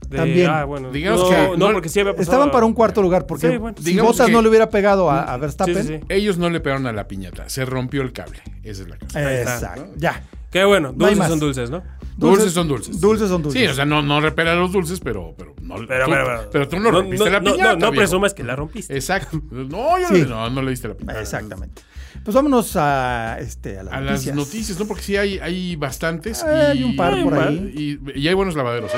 Speaker 3: De-
Speaker 1: También.
Speaker 3: ah, bueno,
Speaker 2: Digamos
Speaker 3: no,
Speaker 2: que
Speaker 3: no,
Speaker 2: no-
Speaker 3: porque sí había pasado-
Speaker 1: estaban para un cuarto lugar, porque
Speaker 3: Sí, bueno.
Speaker 1: si
Speaker 2: Digamos
Speaker 1: botas
Speaker 2: que-
Speaker 1: no le hubiera pegado a, a
Speaker 3: Sí,
Speaker 1: Verstappen,
Speaker 3: sí, sí.
Speaker 2: Ellos no le pegaron a la piñata, se rompió el cable. Esa es la cosa.
Speaker 1: exacto, ya.
Speaker 3: Qué bueno,
Speaker 1: No hay
Speaker 3: dulces
Speaker 1: más.
Speaker 3: son dulces, ¿no?
Speaker 2: Dulces, son dulces.
Speaker 1: Dulces son dulces.
Speaker 2: Sí, o sea, no, no repela los dulces, pero, pero, no,
Speaker 3: Pero,
Speaker 2: tú,
Speaker 3: pero, pero-
Speaker 2: pero tú no, rompiste la
Speaker 3: no,
Speaker 2: piñata.
Speaker 3: No, no
Speaker 2: viejo.
Speaker 3: presumas que la rompiste.
Speaker 2: Exacto. No, yo
Speaker 1: Sí.
Speaker 2: no, no le diste la piñata.
Speaker 1: Exactamente. Pues vámonos a, este, a las
Speaker 2: Ah. A las
Speaker 1: noticias.
Speaker 2: noticias, ¿no? Porque sí hay, hay bastantes.
Speaker 1: Ah, hay un par
Speaker 2: hay
Speaker 1: por
Speaker 2: un par,
Speaker 1: ahí.
Speaker 2: Y, y hay buenos lavaderos, ¿eh?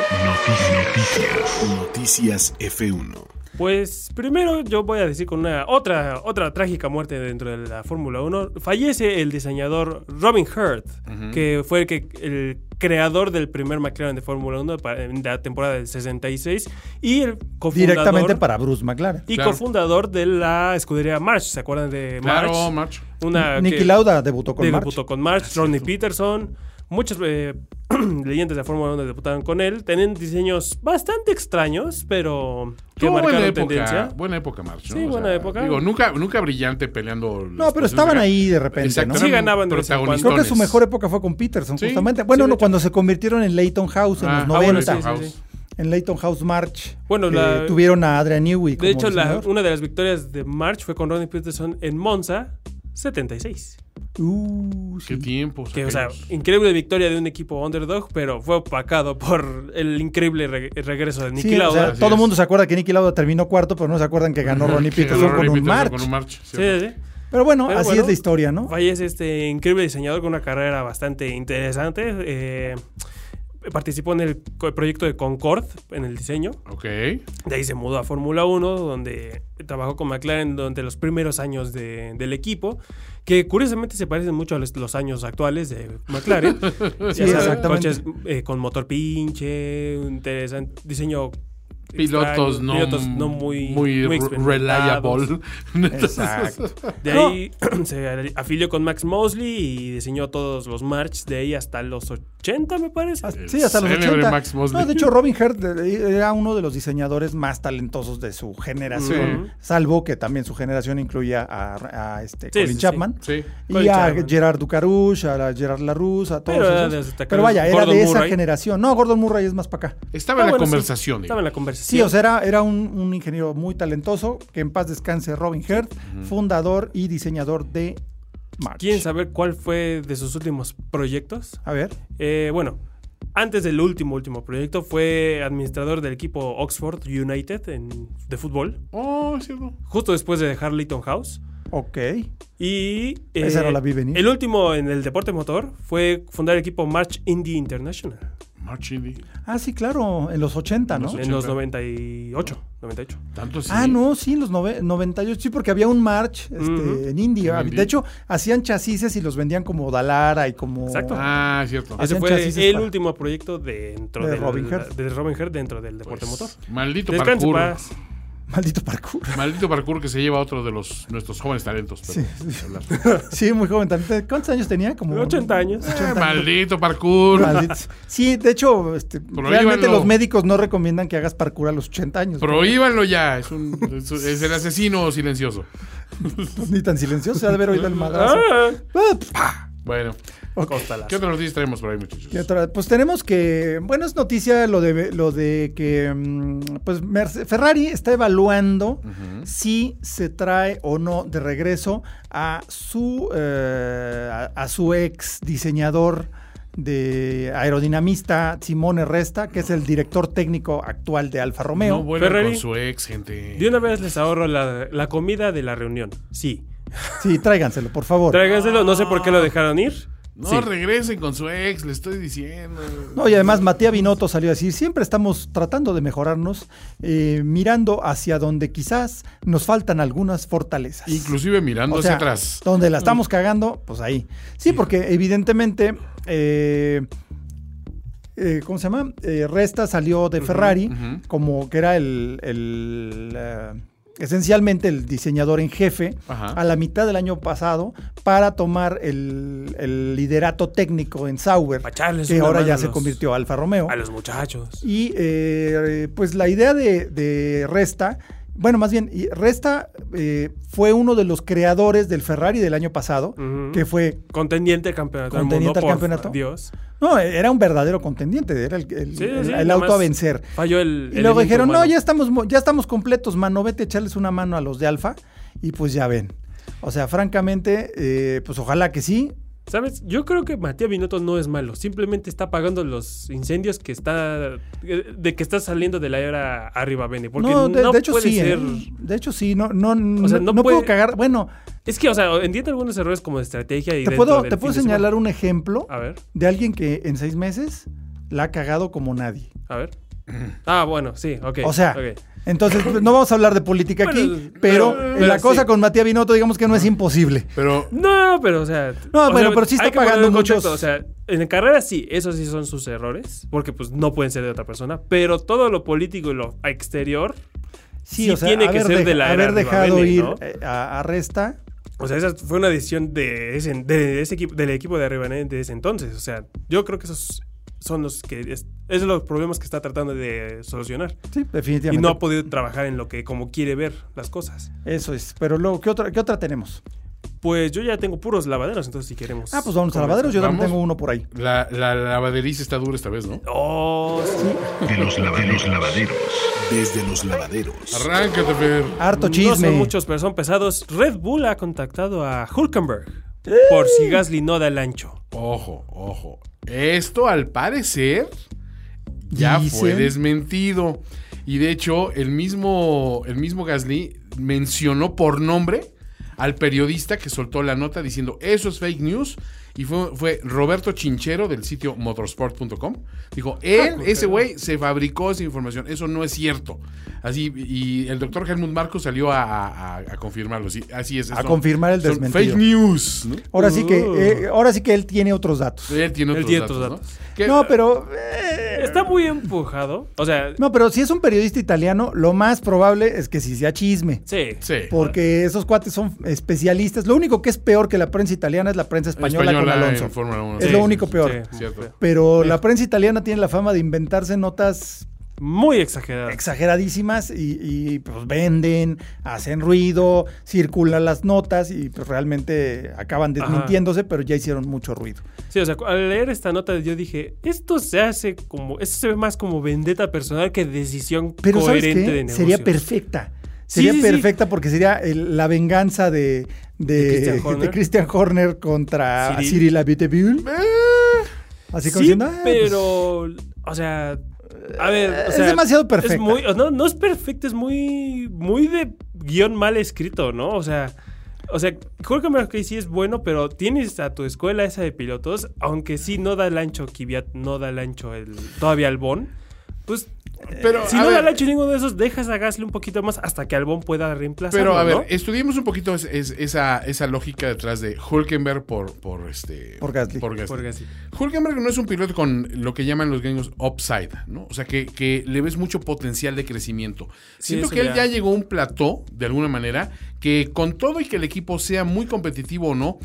Speaker 4: Noticias. Noticias F1.
Speaker 3: Pues primero yo voy a decir con una otra otra trágica muerte dentro de la Fórmula 1. Fallece el diseñador Robin Hurt, que fue el, que, el creador del primer McLaren de Fórmula 1 para- en la temporada del 66 y el cofundador
Speaker 1: Directamente para Bruce McLaren.
Speaker 3: y
Speaker 2: Claro.
Speaker 3: cofundador de la escudería March, ¿se acuerdan de March?
Speaker 2: Claro, macho.
Speaker 3: Una
Speaker 1: Niki
Speaker 3: que-
Speaker 1: Lauda debutó con
Speaker 3: de-
Speaker 1: March.
Speaker 3: debutó con March, Ronnie Peterson, muchos eh, leyendas de la Fórmula 1 debutaron con él. Tienen diseños bastante extraños, pero que
Speaker 2: Tuvo
Speaker 3: marcaron
Speaker 2: buena época,
Speaker 3: tendencia.
Speaker 2: buena época, March. ¿no?
Speaker 3: Sí, buena época.
Speaker 2: Digo, nunca, nunca brillante peleando. las
Speaker 1: No, pero
Speaker 2: posiciones
Speaker 1: estaban
Speaker 2: acá.
Speaker 1: ahí de repente,
Speaker 2: Exacto,
Speaker 1: ¿no?
Speaker 2: eran
Speaker 3: Sí ganaban de vez en
Speaker 2: protagonistones.
Speaker 3: cuando.
Speaker 1: Creo que su mejor época fue con Peterson,
Speaker 2: Sí,
Speaker 1: justamente.
Speaker 3: sí,
Speaker 1: Bueno,
Speaker 3: de
Speaker 1: no,
Speaker 3: hecho.
Speaker 1: cuando se convirtieron en Leighton House en
Speaker 2: Ah,
Speaker 1: los
Speaker 2: ah, bueno,
Speaker 1: 90.
Speaker 2: Leighton House.
Speaker 1: en Leighton House March.
Speaker 3: Bueno,
Speaker 1: eh,
Speaker 3: la-
Speaker 1: tuvieron a Adrian Newey. como
Speaker 3: De hecho, la-
Speaker 1: diseñador.
Speaker 3: una de las victorias de March fue con Ronnie Peterson en Monza 76.
Speaker 1: Uh, sí.
Speaker 2: Qué tiempos.
Speaker 3: Que, o sea,
Speaker 2: aquellos.
Speaker 3: increíble victoria de un equipo underdog, pero fue opacado por el increíble re- regreso de
Speaker 1: Sí, o
Speaker 3: Niki
Speaker 1: sea,
Speaker 3: Lauda.
Speaker 2: así
Speaker 1: todo el
Speaker 2: es.
Speaker 1: mundo se acuerda que Nicky Lauda terminó cuarto, pero no se acuerdan que ganó Ronnie
Speaker 2: Que
Speaker 1: Peterson
Speaker 2: ganó
Speaker 1: con
Speaker 2: Ronnie
Speaker 1: un
Speaker 2: Peterson
Speaker 1: March.
Speaker 2: con un March.
Speaker 3: Sí,
Speaker 2: ¿cierto?
Speaker 3: sí, sí.
Speaker 1: Pero bueno,
Speaker 3: Pero
Speaker 1: así
Speaker 3: bueno,
Speaker 1: es la historia, ¿no?
Speaker 3: Fallece este increíble diseñador con una carrera bastante interesante. eh, participó en el co- proyecto de Concord, en el diseño.
Speaker 2: Ok.
Speaker 3: De ahí se mudó a Fórmula 1, donde trabajó con McLaren durante los primeros años de- del equipo, que curiosamente se parecen mucho a los, los años actuales de McLaren. Ya
Speaker 1: Sí, exactamente.
Speaker 3: Coches eh, con motor pinche, un interesante diseño.
Speaker 2: Pilotos
Speaker 3: extraño,
Speaker 2: no,
Speaker 3: pilotos no muy,
Speaker 2: muy, re-
Speaker 3: experimentados.
Speaker 2: reliable. Entonces,
Speaker 1: Exacto.
Speaker 3: De ahí se afilió con Max Mosley y diseñó todos los marches de ahí hasta los 80, me parece.
Speaker 1: Hasta-
Speaker 2: El
Speaker 1: Sí, hasta los
Speaker 2: célebre
Speaker 1: 80.
Speaker 2: Max Mosley.
Speaker 1: No, de hecho, Robin Hurt eh, era uno de los diseñadores más talentosos de su generación.
Speaker 2: Sí.
Speaker 1: Salvo que también su generación incluía a, a este
Speaker 3: Sí,
Speaker 1: Colin
Speaker 3: sí, sí.
Speaker 1: Chapman.
Speaker 2: Sí.
Speaker 1: Y
Speaker 3: Colin
Speaker 1: a
Speaker 3: Chapman.
Speaker 1: Gerard Ducarouche, a la Gerard Larousse, a todos
Speaker 3: Pero era de
Speaker 1: esos.
Speaker 3: los destacados.
Speaker 1: Pero vaya, era
Speaker 3: Gordon
Speaker 1: de esa
Speaker 3: Murray.
Speaker 1: generación. No, Gordon Murray es más para acá.
Speaker 2: Estaba en la
Speaker 3: Ah, bueno, sí,
Speaker 2: conversación. digamos.
Speaker 3: Estaba en la
Speaker 1: Sí,
Speaker 3: conversación.
Speaker 1: o sea, era, era un, un ingeniero muy talentoso. Que en paz descanse Robin Hurt, fundador y diseñador de March.
Speaker 3: ¿Quieren saber cuál fue de sus últimos proyectos?
Speaker 1: A ver.
Speaker 3: Eh, bueno, antes del último, último proyecto, fue administrador del equipo Oxford United en- de fútbol,
Speaker 2: Oh, es cierto.
Speaker 3: justo después de dejar Leighton House.
Speaker 1: Ok.
Speaker 3: Y eh,
Speaker 1: Esa no la vi venir.
Speaker 3: el último en el deporte motor fue fundar el equipo March Indie International.
Speaker 2: March Indy.
Speaker 1: Ah, sí, claro, en los 80, ¿no?
Speaker 2: los
Speaker 3: En los
Speaker 2: 80.
Speaker 3: 98, 98.
Speaker 2: Tanto así.
Speaker 1: Ah, no, sí, en los nove- 98, sí, porque había un March este,
Speaker 3: Ujú.
Speaker 1: en India.
Speaker 2: Indy.
Speaker 1: De hecho, hacían chasis y los vendían como Dalara y como...
Speaker 3: Exacto.
Speaker 2: Ah, es cierto.
Speaker 1: Es-
Speaker 3: Ese
Speaker 1: Hacían
Speaker 3: fue
Speaker 1: chasis
Speaker 3: el
Speaker 1: para-
Speaker 3: último proyecto dentro
Speaker 1: De
Speaker 3: del-
Speaker 1: Robin Herd.
Speaker 3: de Robin Herd dentro del deporte motor.
Speaker 2: Maldito
Speaker 3: Descanse,
Speaker 2: Pues, parkour.
Speaker 3: paz.
Speaker 1: Maldito parkour.
Speaker 2: Maldito parkour que se lleva a otro de los nuestros jóvenes talentos. pero
Speaker 1: Sí.
Speaker 2: ni hablar.
Speaker 1: Sí, muy joven. Tante- ¿Cuántos años tenía? Como
Speaker 3: 80 años.
Speaker 2: Eh, maldito parkour.
Speaker 1: Malditos. Sí, de hecho, este,
Speaker 2: Prohíbanlo.
Speaker 1: realmente los médicos no recomiendan que hagas parkour a los 80 años.
Speaker 2: Prohíbanlo ya. Es, un, es, un- es el asesino silencioso.
Speaker 1: Pues, Ni tan silencioso, se ha de haber oído el madrazo.
Speaker 3: Ah,
Speaker 1: Ah, pf, ah.
Speaker 2: Bueno,
Speaker 1: Ok.
Speaker 3: cóstalas.
Speaker 2: ¿qué otras noticias traemos por ahí, muchachos?
Speaker 1: Y otra- Pues tenemos que, bueno, es noticia lo de, lo de que, mm, pues Merce- Ferrari está evaluando si se trae o no de regreso a su, eh, a, a su ex diseñador de aerodinamista Simone Resta, que es el director técnico actual de Alfa Romeo.
Speaker 2: No vuelvan
Speaker 3: Ferrari.
Speaker 2: con su ex, gente.
Speaker 3: De una vez les ahorro la, la comida de la reunión. Sí.
Speaker 1: Sí, tráiganselo, por favor.
Speaker 3: Tráiganselo, no sé por qué lo dejaron ir.
Speaker 2: No
Speaker 3: Sí.
Speaker 2: regresen con su ex, le estoy diciendo.
Speaker 1: No, y además Matías Binotto salió a decir, siempre estamos tratando de mejorarnos, eh, mirando hacia donde quizás nos faltan algunas fortalezas.
Speaker 2: Inclusive mirando
Speaker 1: O sea,
Speaker 2: hacia atrás.
Speaker 1: Donde la estamos cagando, pues ahí. Sí, porque evidentemente, eh, eh, ¿cómo se llama? Eh, Resta salió de Ferrari
Speaker 2: ujú.
Speaker 1: como que era el... el, eh, Esencialmente el diseñador en jefe
Speaker 2: Ajá.
Speaker 1: a la mitad del año pasado para tomar el, el liderato técnico en Sauber,
Speaker 3: Pa' echarles
Speaker 1: que
Speaker 3: una
Speaker 1: ahora
Speaker 3: mano
Speaker 1: ya
Speaker 3: a
Speaker 1: se
Speaker 3: los-
Speaker 1: convirtió a Alfa Romeo.
Speaker 3: A los muchachos.
Speaker 1: Y eh, pues la idea de, de Resta, bueno, más bien, y Resta eh, fue uno de los creadores del Ferrari del año pasado,
Speaker 3: Ujú.
Speaker 1: que fue,
Speaker 3: Contendiente al campeonato. del
Speaker 1: Contendiente
Speaker 3: mundo,
Speaker 1: al
Speaker 3: por
Speaker 1: campeonato.
Speaker 3: Dios.
Speaker 1: no, era un verdadero contendiente, era el, el-
Speaker 3: Sí,
Speaker 1: el-
Speaker 3: sí,
Speaker 1: el
Speaker 3: nomás
Speaker 1: auto a vencer.
Speaker 3: Falló el.
Speaker 1: Y luego
Speaker 3: elemento
Speaker 1: dijeron, no,
Speaker 3: humano.
Speaker 1: ya estamos, mo- ya estamos completos, mano, vete a echarles una mano a los de Alfa, y pues ya ven. O sea, francamente, eh, pues ojalá que sí.
Speaker 3: ¿Sabes? Yo creo que Matías Binotto no es malo. Simplemente está pagando los incendios que está. eh, de que está saliendo de la era arriba, Bene. Porque
Speaker 1: no,
Speaker 3: no,
Speaker 1: de, de hecho
Speaker 3: puede
Speaker 1: sí, ¿eh?
Speaker 3: ser.
Speaker 1: de hecho sí, no, no,
Speaker 3: O sea,
Speaker 1: no,
Speaker 3: no
Speaker 1: no puedo
Speaker 3: puede-
Speaker 1: cagar. Bueno,
Speaker 3: Es que, o sea, entiendo algunos errores como de estrategia y
Speaker 1: te
Speaker 3: dentro
Speaker 1: puedo,
Speaker 3: del
Speaker 1: te
Speaker 3: fin
Speaker 1: puedo
Speaker 3: de semana.
Speaker 1: señalar un ejemplo.
Speaker 3: A ver,
Speaker 1: de alguien que en seis meses la ha cagado como nadie.
Speaker 3: a ver. Ah, bueno, sí, ok.
Speaker 1: O sea,
Speaker 3: ok.
Speaker 1: entonces pues, no vamos a hablar de política
Speaker 3: Bueno,
Speaker 1: aquí, pero,
Speaker 3: pero-
Speaker 1: eh,
Speaker 3: pero
Speaker 1: la
Speaker 3: sí.
Speaker 1: cosa con Matías Binotto, digamos que no es imposible.
Speaker 2: Pero
Speaker 3: No, pero o sea.
Speaker 1: No,
Speaker 3: o
Speaker 1: bueno,
Speaker 3: sea,
Speaker 1: pero sí está
Speaker 3: hay que ponerlo
Speaker 1: pagando
Speaker 3: en contexto,
Speaker 1: muchos-
Speaker 3: O sea, en carrera sí, esos sí son sus errores, porque pues no pueden ser de otra persona. Pero todo lo político y lo exterior, Sí, tiene que ser de la era
Speaker 1: haber dejado
Speaker 3: Rivabene,
Speaker 1: ir
Speaker 3: ¿no?
Speaker 1: eh, a, a Resta.
Speaker 3: o sea, esa fue una decisión de ese, de ese equipo, del equipo de Arribané de ese entonces. O sea, yo creo que esos son los que es, es los problemas que está tratando de solucionar
Speaker 1: Sí,
Speaker 3: y
Speaker 1: definitivamente.
Speaker 3: no ha podido trabajar en lo que como quiere ver las cosas.
Speaker 1: Eso es. Pero luego, ¿qué otra, qué otra tenemos?
Speaker 3: Pues yo ya tengo puros lavaderos, entonces si queremos.
Speaker 1: Ah, pues vamos a lavaderos. Yo también
Speaker 2: Vamos.
Speaker 1: tengo uno por ahí.
Speaker 2: la, la lavaderiza está dura esta vez, ¿no?
Speaker 3: Oh, sí.
Speaker 6: De los lavaderos.
Speaker 4: Desde los lavaderos.
Speaker 2: Arráncate, Fer.
Speaker 1: Harto
Speaker 3: No
Speaker 1: chisme.
Speaker 3: son muchos, pero son pesados. Red Bull ha contactado a Hulkenberg por si Gasly no da el ancho.
Speaker 2: Ojo, ojo. Esto al parecer ya fue
Speaker 1: Dicen.
Speaker 2: desmentido. Y de hecho, el mismo, el mismo Gasly mencionó por nombre al periodista que soltó la nota diciendo eso es fake news. Y fue, fue Roberto Chinchero del sitio motorsport.com.
Speaker 1: Ah,
Speaker 2: Dijo, él, ese güey, se fabricó esa información. Eso no es cierto. Así, y el doctor Helmut Marco salió a, a- a confirmarlo. Sí, así es.
Speaker 1: A confirmar el
Speaker 2: son
Speaker 1: desmentido.
Speaker 2: Fake news. ¿no?
Speaker 1: Ahora sí que,
Speaker 3: Uh.
Speaker 1: eh, ahora sí que él tiene otros datos.
Speaker 2: Él tiene
Speaker 3: Él
Speaker 2: otros
Speaker 3: tiene
Speaker 2: datos,
Speaker 3: otros
Speaker 2: ¿no?
Speaker 3: datos.
Speaker 2: Que-
Speaker 1: No, pero eh,
Speaker 3: Está muy empujado. O sea,
Speaker 1: no, pero si es un periodista italiano, lo más probable es que sí sea chisme.
Speaker 3: sí.
Speaker 2: Sí.
Speaker 1: Porque esos cuates son especialistas. Lo único que es peor que la prensa italiana es la prensa española,
Speaker 2: en
Speaker 1: con Alonso.
Speaker 2: Fórmula 1.
Speaker 1: Es
Speaker 3: Sí,
Speaker 1: lo
Speaker 3: sí,
Speaker 1: único
Speaker 3: sí,
Speaker 1: peor.
Speaker 3: sí.
Speaker 2: Cierto.
Speaker 1: Pero la prensa italiana tiene la fama de inventarse notas
Speaker 3: Muy exagerado.
Speaker 1: exageradísimas y, y, pues venden, hacen ruido, circulan las notas y pues realmente acaban desmintiéndose, pero ya hicieron mucho ruido.
Speaker 3: Sí, o sea, al leer esta nota yo dije, esto se hace como, esto se ve más como vendetta personal que decisión
Speaker 1: Pero ¿sabes
Speaker 3: coherente de
Speaker 1: qué?
Speaker 3: negocio.
Speaker 1: Sería perfecta.
Speaker 3: Sí,
Speaker 1: Sería
Speaker 3: sí, sí.
Speaker 1: perfecta porque sería el- la venganza de, de,
Speaker 3: ¿De Christian
Speaker 1: de
Speaker 3: Horner?
Speaker 1: Christian Horner contra
Speaker 3: Cyril.
Speaker 1: Cyril Abiteboul. Así como
Speaker 3: Sí,
Speaker 1: diciendo, "Ah, pues,
Speaker 3: pero, o sea, a ver, o
Speaker 1: Es
Speaker 3: sea,
Speaker 1: demasiado
Speaker 3: Es
Speaker 1: perfecta.
Speaker 3: muy, no, no es perfecto, es muy, muy de guión mal escrito, ¿no? O sea, O sea, Jorge Marquez sí es bueno, pero tienes a tu escuela esa de pilotos, aunque sí no da el ancho Kvyat, no da el ancho el, todavía Albon, pues
Speaker 2: Pero,
Speaker 3: si
Speaker 2: a
Speaker 3: no da
Speaker 2: ver,
Speaker 3: el ancho ninguno de esos, dejas a Gasly un poquito más hasta que Albon pueda reemplazarlo,
Speaker 2: Pero a ver,
Speaker 3: ¿no?
Speaker 2: estudiemos un poquito es- es- esa, esa lógica detrás de Hulkenberg por, por este.
Speaker 1: Por Gasly.
Speaker 3: Por Gasly.
Speaker 2: Hulkenberg no es un piloto con lo que llaman los gringos upside, ¿no? O sea, que, que le ves mucho potencial de crecimiento.
Speaker 3: Sí,
Speaker 2: Siento
Speaker 3: eso
Speaker 2: que él
Speaker 3: ya-
Speaker 2: ya llegó a un plató, de alguna manera, que con todo y que el equipo sea muy competitivo o no.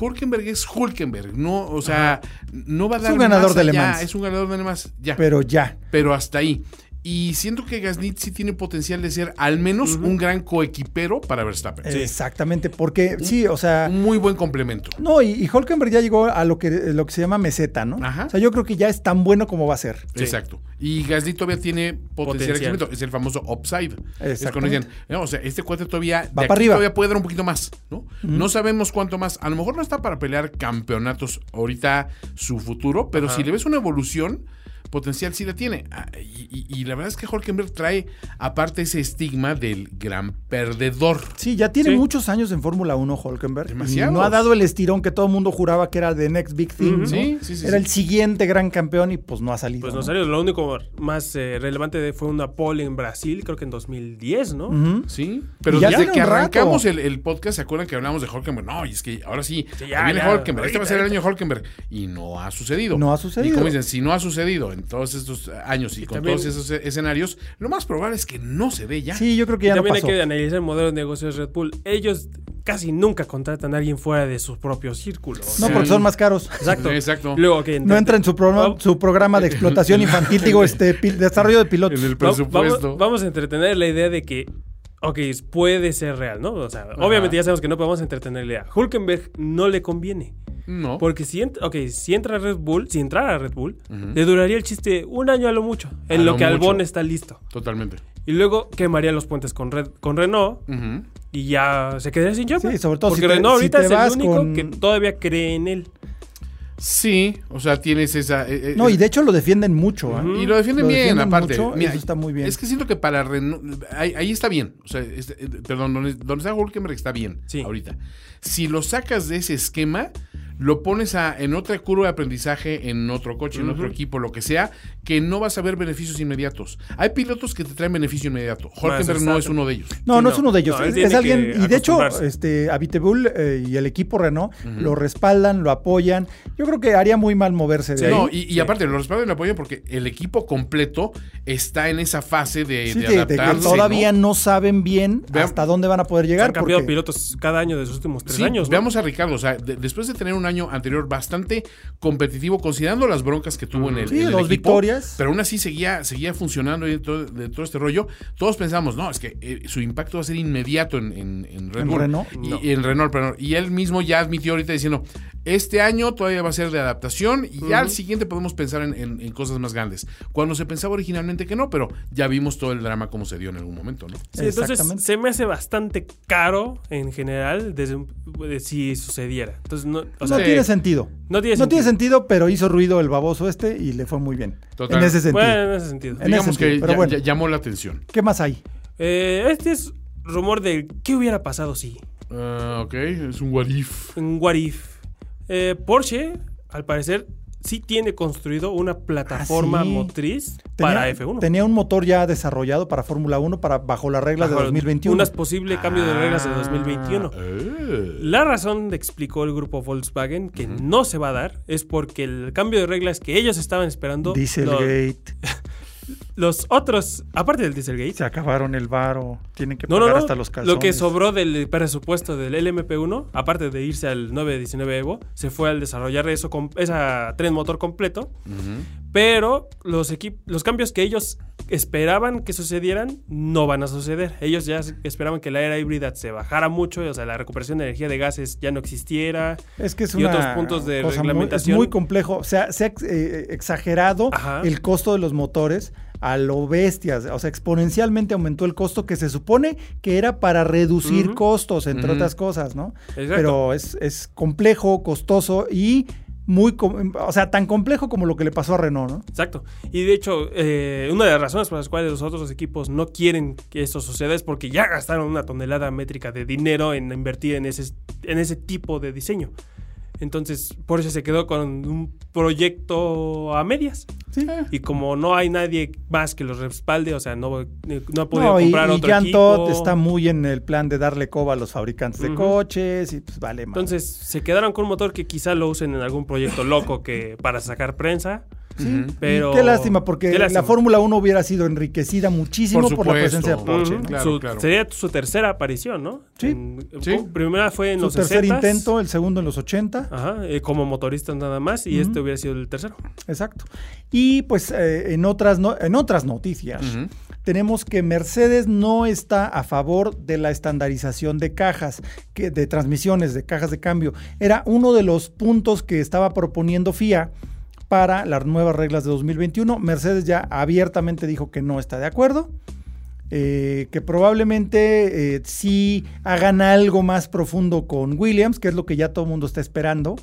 Speaker 2: Hulkenberg es Hulkenberg, no, o sea, no va a
Speaker 1: Es
Speaker 2: dar
Speaker 1: un ganador
Speaker 2: más
Speaker 1: de Le
Speaker 2: allá,
Speaker 1: Mans.
Speaker 2: es un ganador de Le Mans, ya
Speaker 1: Pero ya.
Speaker 2: pero hasta ahí. Y siento que Gasly sí tiene potencial de ser al menos un gran coequipero para Verstappen.
Speaker 1: Exactamente, porque sí, o sea,
Speaker 2: Un muy buen complemento.
Speaker 1: no, y, y Hulkenberg ya llegó a lo que, lo que se llama meseta, ¿no?
Speaker 2: Ajá.
Speaker 1: O sea, yo creo que ya es tan bueno como va a ser.
Speaker 3: Sí.
Speaker 2: Exacto. Y Gasly todavía tiene potencial, de
Speaker 3: Potencial.
Speaker 2: crecimiento. Es el famoso upside. Es cuando
Speaker 1: Exactamente.
Speaker 2: dicen, no, o sea, este cuate todavía, de
Speaker 1: para
Speaker 2: aquí
Speaker 1: arriba.
Speaker 2: todavía puede dar un poquito más, ¿no? No sabemos cuánto más. A lo mejor no está para pelear campeonatos ahorita su futuro, pero si le ves una evolución, potencial sí la tiene. Ah, Y, y- y la verdad es que Holkenberg trae aparte ese estigma del gran perdedor.
Speaker 1: Sí, ya tiene
Speaker 3: Sí.
Speaker 1: muchos años en Fórmula 1 Hulkenberg.
Speaker 2: Demasiados.
Speaker 1: Y No ha dado el estirón que todo el mundo juraba que era the next big thing.
Speaker 3: Ujú.
Speaker 1: ¿no?
Speaker 2: Sí, sí, sí,
Speaker 1: Era
Speaker 2: sí.
Speaker 1: el siguiente gran campeón y pues no ha salido.
Speaker 3: Pues no salió, lo único más eh, relevante de- fue una pole en Brasil, creo que en 2010, ¿no?
Speaker 1: Ujú.
Speaker 2: Sí, pero
Speaker 1: ya
Speaker 2: desde
Speaker 1: tiene
Speaker 2: que
Speaker 1: un rato.
Speaker 2: arrancamos el, el podcast, ¿se acuerdan que hablamos de Holkenberg? No, y es que ahora sí,
Speaker 3: Sí, ya,
Speaker 2: ahí viene
Speaker 3: ya,
Speaker 2: Holkenberg, este va a ser el año
Speaker 3: ahorita.
Speaker 2: de Holkenberg. Y no ha sucedido.
Speaker 1: No ha sucedido.
Speaker 2: Y como dicen, si no ha sucedido en todos estos años y, con
Speaker 3: también-
Speaker 2: todos esos escenarios, lo más probable es que no se dé ya.
Speaker 1: Sí, yo creo que
Speaker 3: Y
Speaker 1: ya no
Speaker 3: también hay
Speaker 1: pasó.
Speaker 3: que analizar el modelo de negocios de Red Bull. Ellos casi nunca contratan a alguien fuera de su propio círculo. o
Speaker 1: No,
Speaker 3: sea,
Speaker 1: porque son más caros.
Speaker 3: Exacto.
Speaker 2: Sí, exacto.
Speaker 3: Luego, que
Speaker 1: No entra en su, programa- su programa de explotación infantil, digo, este pil- desarrollo de pilotos.
Speaker 2: En el
Speaker 3: Va-
Speaker 2: presupuesto.
Speaker 3: Vamos, vamos a entretener la idea de que, ok, puede ser real, ¿no? O sea, obviamente ya sabemos que no podemos entretener la idea. Hulkenberg no le conviene.
Speaker 2: No.
Speaker 3: Porque si, ent- ok, si entra a Red Bull, si entrara a Red Bull, le duraría el chiste un año a lo mucho, en
Speaker 2: A
Speaker 3: lo,
Speaker 2: lo
Speaker 3: que Albón
Speaker 2: mucho.
Speaker 3: está listo.
Speaker 2: Totalmente.
Speaker 3: Y luego quemaría los puentes con, Red, con Renault
Speaker 2: Ujú.
Speaker 3: y ya se quedaría sin chamba.
Speaker 1: Sí, sobre todo
Speaker 3: Porque
Speaker 1: si te-
Speaker 3: Renault
Speaker 1: si
Speaker 3: ahorita
Speaker 1: te
Speaker 3: es
Speaker 1: vas
Speaker 3: el único
Speaker 1: con-
Speaker 3: que todavía cree en él.
Speaker 2: Sí, o sea, tienes esa. eh, eh,
Speaker 1: No, y de hecho lo defienden mucho. ¿ah?
Speaker 2: Y lo defienden
Speaker 1: Lo
Speaker 2: bien,
Speaker 1: defienden
Speaker 2: aparte.
Speaker 1: mucho, eso está muy bien.
Speaker 2: Es que siento que para Renault. Ahí, ahí está bien. O sea, este, eh, perdón, donde, donde está Hulkenberg está bien.
Speaker 3: Sí.
Speaker 2: Ahorita. Si lo sacas de ese esquema, lo pones a- en otra curva de aprendizaje, en otro coche, en otro equipo, lo que sea, que no vas a ver beneficios inmediatos. Hay pilotos que te traen beneficio inmediato. Hulkenberg no
Speaker 3: exacto.
Speaker 2: es uno de ellos.
Speaker 1: No,
Speaker 3: Sí,
Speaker 1: no
Speaker 3: no.
Speaker 1: es uno de ellos.
Speaker 3: No, él
Speaker 1: es,
Speaker 3: tiene
Speaker 1: es alguien.
Speaker 3: que
Speaker 1: Y de hecho,
Speaker 3: acostumbrarse.
Speaker 1: este, Habitable eh, y el equipo Renault lo respaldan, lo apoyan. Yo creo que haría muy mal moverse de ahí.
Speaker 2: No, y, y aparte, lo respaldo y lo apoyo porque el equipo completo está en esa fase de,
Speaker 1: Sí,
Speaker 2: de
Speaker 1: de- de que
Speaker 2: adaptarse.
Speaker 1: todavía
Speaker 2: ¿no?
Speaker 1: no saben bien
Speaker 2: Vean-
Speaker 1: hasta dónde van a poder
Speaker 3: Han
Speaker 1: llegar.
Speaker 3: cambiado
Speaker 1: porque-
Speaker 3: pilotos cada año de sus últimos tres
Speaker 2: Sí,
Speaker 3: años. ¿no?
Speaker 2: Veamos a Ricardo, o sea, de- después de tener un año anterior bastante competitivo, considerando las broncas que tuvo en el,
Speaker 1: Sí,
Speaker 2: en el
Speaker 1: dos
Speaker 2: equipo,
Speaker 1: victorias.
Speaker 2: pero aún así seguía, seguía funcionando y todo, de todo este rollo, todos pensamos, no, es que eh, su impacto va a ser inmediato en, en, en Red
Speaker 1: ¿En
Speaker 2: Bull.
Speaker 1: Renault?
Speaker 2: Y,
Speaker 3: No.
Speaker 2: y en Renault, perdón. Y él mismo ya admitió ahorita diciendo, este año todavía va a ser de adaptación y ya al siguiente podemos pensar en, en- en cosas más grandes. Cuando se pensaba originalmente que no, pero ya vimos todo el drama como se dio en algún momento, ¿no?
Speaker 3: Sí, entonces
Speaker 1: Exactamente.
Speaker 3: se me hace bastante caro en general desde un- de si sucediera. Entonces no, o sea,
Speaker 1: no tiene sentido.
Speaker 3: No tiene
Speaker 1: No tiene
Speaker 3: sentido.
Speaker 1: sentido, pero hizo ruido el baboso este y le fue muy bien.
Speaker 2: Total.
Speaker 1: En ese sentido.
Speaker 3: Bueno, en ese sentido.
Speaker 1: En- ese
Speaker 2: Digamos que
Speaker 1: sentido, pero
Speaker 2: ya-
Speaker 1: bueno.
Speaker 2: ya llamó la atención.
Speaker 1: ¿Qué más hay?
Speaker 3: Eh, este es rumor de qué hubiera pasado si.
Speaker 2: Ah, ok, es un what if.
Speaker 3: En What If. Eh, Porsche, al parecer, sí tiene construido una plataforma
Speaker 1: Ah, sí.
Speaker 3: motriz
Speaker 1: Tenía-
Speaker 3: para F1.
Speaker 1: Tenía un motor ya desarrollado para Fórmula 1 para, bajo las reglas
Speaker 3: Bajo
Speaker 1: de 2021.
Speaker 3: Unas posible cambio de reglas
Speaker 1: Ah.
Speaker 3: de 2021.
Speaker 2: Eh.
Speaker 3: La razón, explicó el grupo Volkswagen, que no se va a dar es porque el cambio de reglas que ellos estaban esperando, lo-
Speaker 1: Dieselgate.
Speaker 3: los otros, aparte del Dieselgate,
Speaker 1: Se acabaron el varo. Tienen que
Speaker 3: no,
Speaker 1: pagar
Speaker 3: no, no,
Speaker 1: hasta los calzones.
Speaker 3: lo que sobró del presupuesto del LMP1, aparte de irse al 919 Evo, se fue al desarrollar eso con esa tren motor completo, pero los, equip- los cambios que ellos esperaban que sucedieran no van a suceder. Ellos ya s- esperaban que la era híbrida se bajara mucho, o sea, la recuperación de energía de gases ya no existiera.
Speaker 1: Es que es
Speaker 3: y
Speaker 1: una
Speaker 3: otros puntos de
Speaker 1: cosa muy-
Speaker 3: reglamentación.
Speaker 1: es muy complejo. O sea, se ha ex- eh, exagerado
Speaker 3: Ajá.
Speaker 1: el costo de los motores a lo bestias. O sea, exponencialmente aumentó el costo que se supone que era para reducir costos, entre otras cosas, ¿no?
Speaker 3: Exacto.
Speaker 1: Pero es, es complejo, costoso y muy, com- o sea, tan complejo como lo que le pasó a Renault, ¿no?
Speaker 3: Exacto. Y de hecho, eh, una de las razones por las cuales los otros equipos no quieren que esto suceda es porque ya gastaron una tonelada métrica de dinero en invertir en ese, en ese tipo de diseño. Entonces, por eso se quedó con un proyecto a medias.
Speaker 1: Sí.
Speaker 3: Y como no hay nadie más que los respalde, o sea, no, eh, no ha podido
Speaker 1: No, y,
Speaker 3: comprar
Speaker 1: y
Speaker 3: otro
Speaker 1: Jan Todt
Speaker 3: equipo.
Speaker 1: está muy en el plan de darle coba a los fabricantes de
Speaker 3: Ujú.
Speaker 1: coches y pues vale más.
Speaker 3: Entonces, se quedaron con un motor que quizá lo usen en algún proyecto loco que para sacar prensa. Pero
Speaker 1: qué lástima, porque
Speaker 3: Qué lástima.
Speaker 1: la Fórmula 1 hubiera sido enriquecida muchísimo por,
Speaker 2: Por
Speaker 1: la
Speaker 2: supuesto.
Speaker 1: presencia de Porsche.
Speaker 3: Ujú.
Speaker 1: ¿no?
Speaker 2: Claro,
Speaker 3: Su-
Speaker 2: claro.
Speaker 3: Sería su tercera aparición, ¿no?
Speaker 1: Sí.
Speaker 3: En-
Speaker 2: Sí.
Speaker 3: pu- Primera fue en
Speaker 1: Su
Speaker 3: los
Speaker 1: tercer
Speaker 3: 60s.
Speaker 1: intento, el segundo en los 80.
Speaker 3: Ajá, eh, como motorista nada más, y este hubiera sido el tercero.
Speaker 1: Exacto. Y pues eh, en, otras no- en otras noticias tenemos que Mercedes no está a favor de la estandarización de cajas, que, de transmisiones, de cajas de cambio. Era uno de los puntos que estaba proponiendo FIA para las nuevas reglas de 2021. Mercedes ya abiertamente dijo que no está de acuerdo. eh, que probablemente eh, sí hagan algo más profundo con Williams, que es lo que ya todo el mundo está esperando,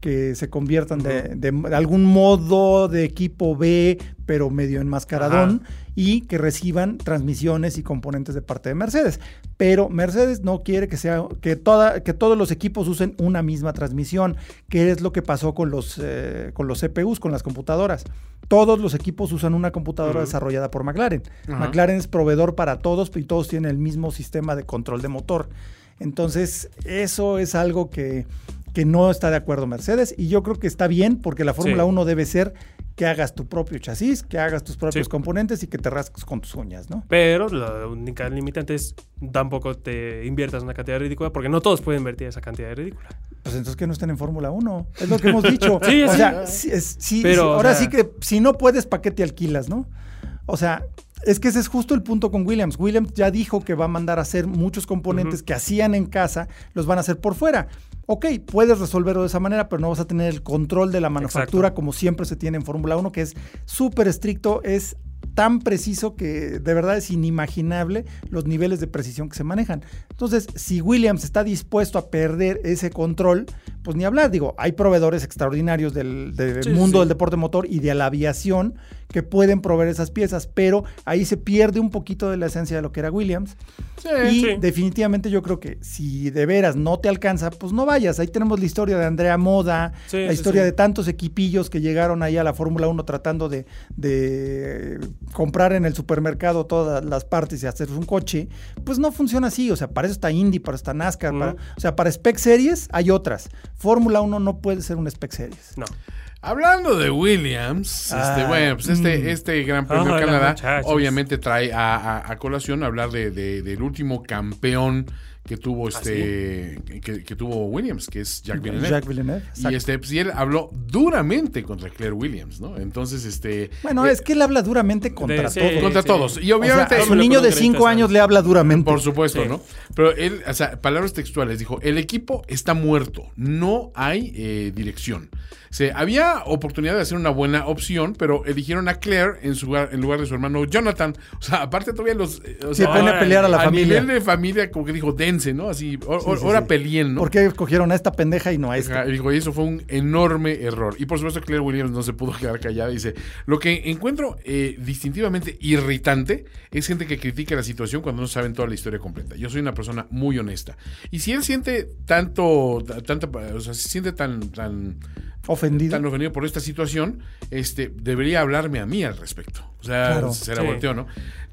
Speaker 1: que se conviertan de, de algún modo de equipo B, pero medio enmascaradón, y que reciban transmisiones y componentes de parte de Mercedes. Pero Mercedes no quiere que, sea, que, toda, que todos los equipos usen una misma transmisión, que es lo que pasó con los, eh, con los CPUs, con las computadoras. Todos los equipos usan una computadora desarrollada por McLaren. McLaren es proveedor para todos y todos tienen el mismo sistema de control de motor. Entonces, eso es algo que, que no está de acuerdo Mercedes y yo creo que está bien porque la Fórmula
Speaker 3: Sí.
Speaker 1: 1 debe ser que hagas tu propio chasis, que hagas tus propios
Speaker 3: Sí.
Speaker 1: componentes y que te rasques con tus uñas, ¿no?
Speaker 3: Pero la única limitante es tampoco te inviertas una cantidad ridícula, porque no todos pueden invertir esa cantidad ridícula.
Speaker 1: Pues entonces que no estén en Fórmula 1, es lo que hemos dicho.
Speaker 3: Sí,
Speaker 1: o
Speaker 3: sí.
Speaker 1: sea, sí, es- sí,
Speaker 3: Pero,
Speaker 1: sí,
Speaker 3: o
Speaker 1: ahora
Speaker 3: sea-
Speaker 1: sí que si no puedes, ¿para qué te alquilas, no? O sea, es que ese es justo el punto con Williams. Williams ya dijo que va a mandar a hacer muchos componentes que hacían en casa, los van a hacer por fuera. Ok, puedes resolverlo de esa manera, pero no vas a tener el control de la manufactura como siempre se tiene en Fórmula 1, que es súper estricto, es tan preciso que de verdad es inimaginable los niveles de precisión que se manejan. Entonces, si Williams está dispuesto a perder ese control, pues ni hablar, digo, hay proveedores extraordinarios del, del
Speaker 3: Sí,
Speaker 1: mundo
Speaker 3: sí.
Speaker 1: del deporte motor y de la aviación que pueden proveer esas piezas, pero ahí se pierde un poquito de la esencia de lo que era Williams. y
Speaker 3: sí.
Speaker 1: definitivamente yo creo que si de veras no te alcanza, pues no vayas. Ahí tenemos la historia de Andrea Moda,
Speaker 3: Sí,
Speaker 1: la
Speaker 3: sí,
Speaker 1: historia
Speaker 3: sí.
Speaker 1: de tantos equipillos que llegaron ahí a la Fórmula 1 tratando de, de comprar en el supermercado todas las partes y hacer un coche. Pues no funciona así. O sea, para eso está Indy, para eso está NASCAR. para-
Speaker 3: Ujú.
Speaker 1: o sea, para Spec Series hay otras. Fórmula 1 no puede ser un Spec Series.
Speaker 3: No.
Speaker 2: Hablando de Williams, este,
Speaker 1: Ah,
Speaker 2: bueno, pues este, este Gran Premio
Speaker 3: Hola,
Speaker 2: de Canadá
Speaker 3: muchachos.
Speaker 2: obviamente trae a, a- a colación hablar de, de- del último campeón que tuvo
Speaker 1: ¿Ah,
Speaker 2: este que, que tuvo Williams, que es Jack Villeneuve.
Speaker 1: Jacques Villeneuve.
Speaker 2: y este, pues, y él habló duramente contra Claire Williams, ¿no? Entonces, este.
Speaker 1: Bueno,
Speaker 2: eh,
Speaker 1: es que él habla duramente contra
Speaker 3: sí,
Speaker 1: todo.
Speaker 2: Contra
Speaker 3: sí.
Speaker 2: todos. Y
Speaker 1: O sea,
Speaker 2: obviamente.
Speaker 1: a su
Speaker 3: lo
Speaker 1: niño de
Speaker 3: concretas,
Speaker 1: 5 años
Speaker 3: ¿sabes?
Speaker 1: le habla duramente.
Speaker 2: Por supuesto,
Speaker 3: Sí.
Speaker 2: ¿no? Pero él, o sea, palabras textuales, dijo, el equipo está muerto, no hay eh, dirección. Se, había oportunidad de hacer una buena opción, pero eligieron a Claire en, su, lugar- en lugar de su hermano Jonathan. O sea, aparte todavía los... eh, o
Speaker 1: Se
Speaker 2: sea,
Speaker 1: pone a
Speaker 3: Órale.
Speaker 1: pelear a la
Speaker 2: a
Speaker 1: familia.
Speaker 2: nivel de familia, como que dijo, dense, ¿no? Así, ahora
Speaker 1: sí, sí.
Speaker 2: peleen, ¿no?
Speaker 1: ¿Por qué escogieron a esta pendeja y no a este? esta?
Speaker 2: Ajá, y dijo, y eso fue un enorme error. Y por supuesto, Claire Williams no se pudo quedar callada. Dice: Lo que encuentro eh, distintivamente irritante es gente que critica la situación cuando no saben toda la historia completa. Yo soy una persona muy honesta. Y si él siente tanto, tanta, o sea, se siente tan, tan,
Speaker 1: Ofendido.
Speaker 2: tan ofendido por esta situación, este, debería hablarme a mí al respecto. O sea,
Speaker 1: Claro.
Speaker 2: se la
Speaker 3: Sí.
Speaker 2: volteó, ¿no?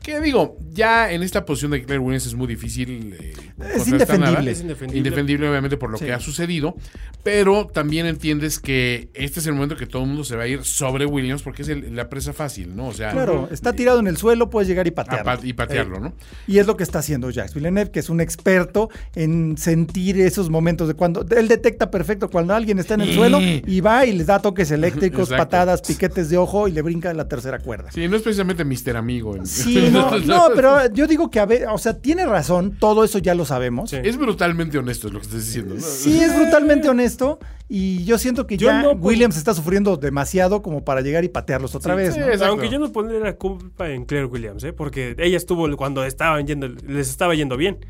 Speaker 2: Que digo, ya en esta posición de Claire Williams es muy difícil. eh, contrastar
Speaker 1: indefendible.
Speaker 2: nada.
Speaker 3: Es indefendible.
Speaker 2: Indefendible, obviamente, por lo
Speaker 1: Sí.
Speaker 2: que ha sucedido. Pero también entiendes que este es el momento que todo el mundo se va a ir sobre Williams porque es el- la presa fácil, ¿no? O sea,
Speaker 1: Claro, está tirado Eh, en el suelo, puedes llegar y
Speaker 2: a
Speaker 1: patearlo.
Speaker 2: pat- Ah, y patearlo, ¿no?
Speaker 1: Y es lo que está haciendo Jacques Villeneuve, que es un experto en sentir esos momentos de cuando él detecta perfecto cuando alguien está en el
Speaker 2: Sí.
Speaker 1: suelo y va y les da toques eléctricos,
Speaker 2: Exacto.
Speaker 1: patadas, piquetes de ojo y le brinca la tercera cuerda.
Speaker 2: Sí, no es precisamente Mister Amigo. el-
Speaker 1: Sí, no, no, pero yo digo que a ver, o sea, tiene razón, todo eso ya lo sabemos.
Speaker 3: Sí.
Speaker 2: Es brutalmente honesto es lo que estás diciendo. ¿no?
Speaker 1: Sí, es brutalmente honesto y yo siento que
Speaker 3: Yo
Speaker 1: ya
Speaker 3: no, pues-
Speaker 1: Williams está sufriendo demasiado como para llegar y patearlos otra vez.
Speaker 2: sí,
Speaker 1: ¿no?
Speaker 2: Exacto.
Speaker 3: Aunque yo no pondría la culpa en Claire Williams, ¿eh? porque ella estuvo cuando estaban yendo, les estaba yendo bien.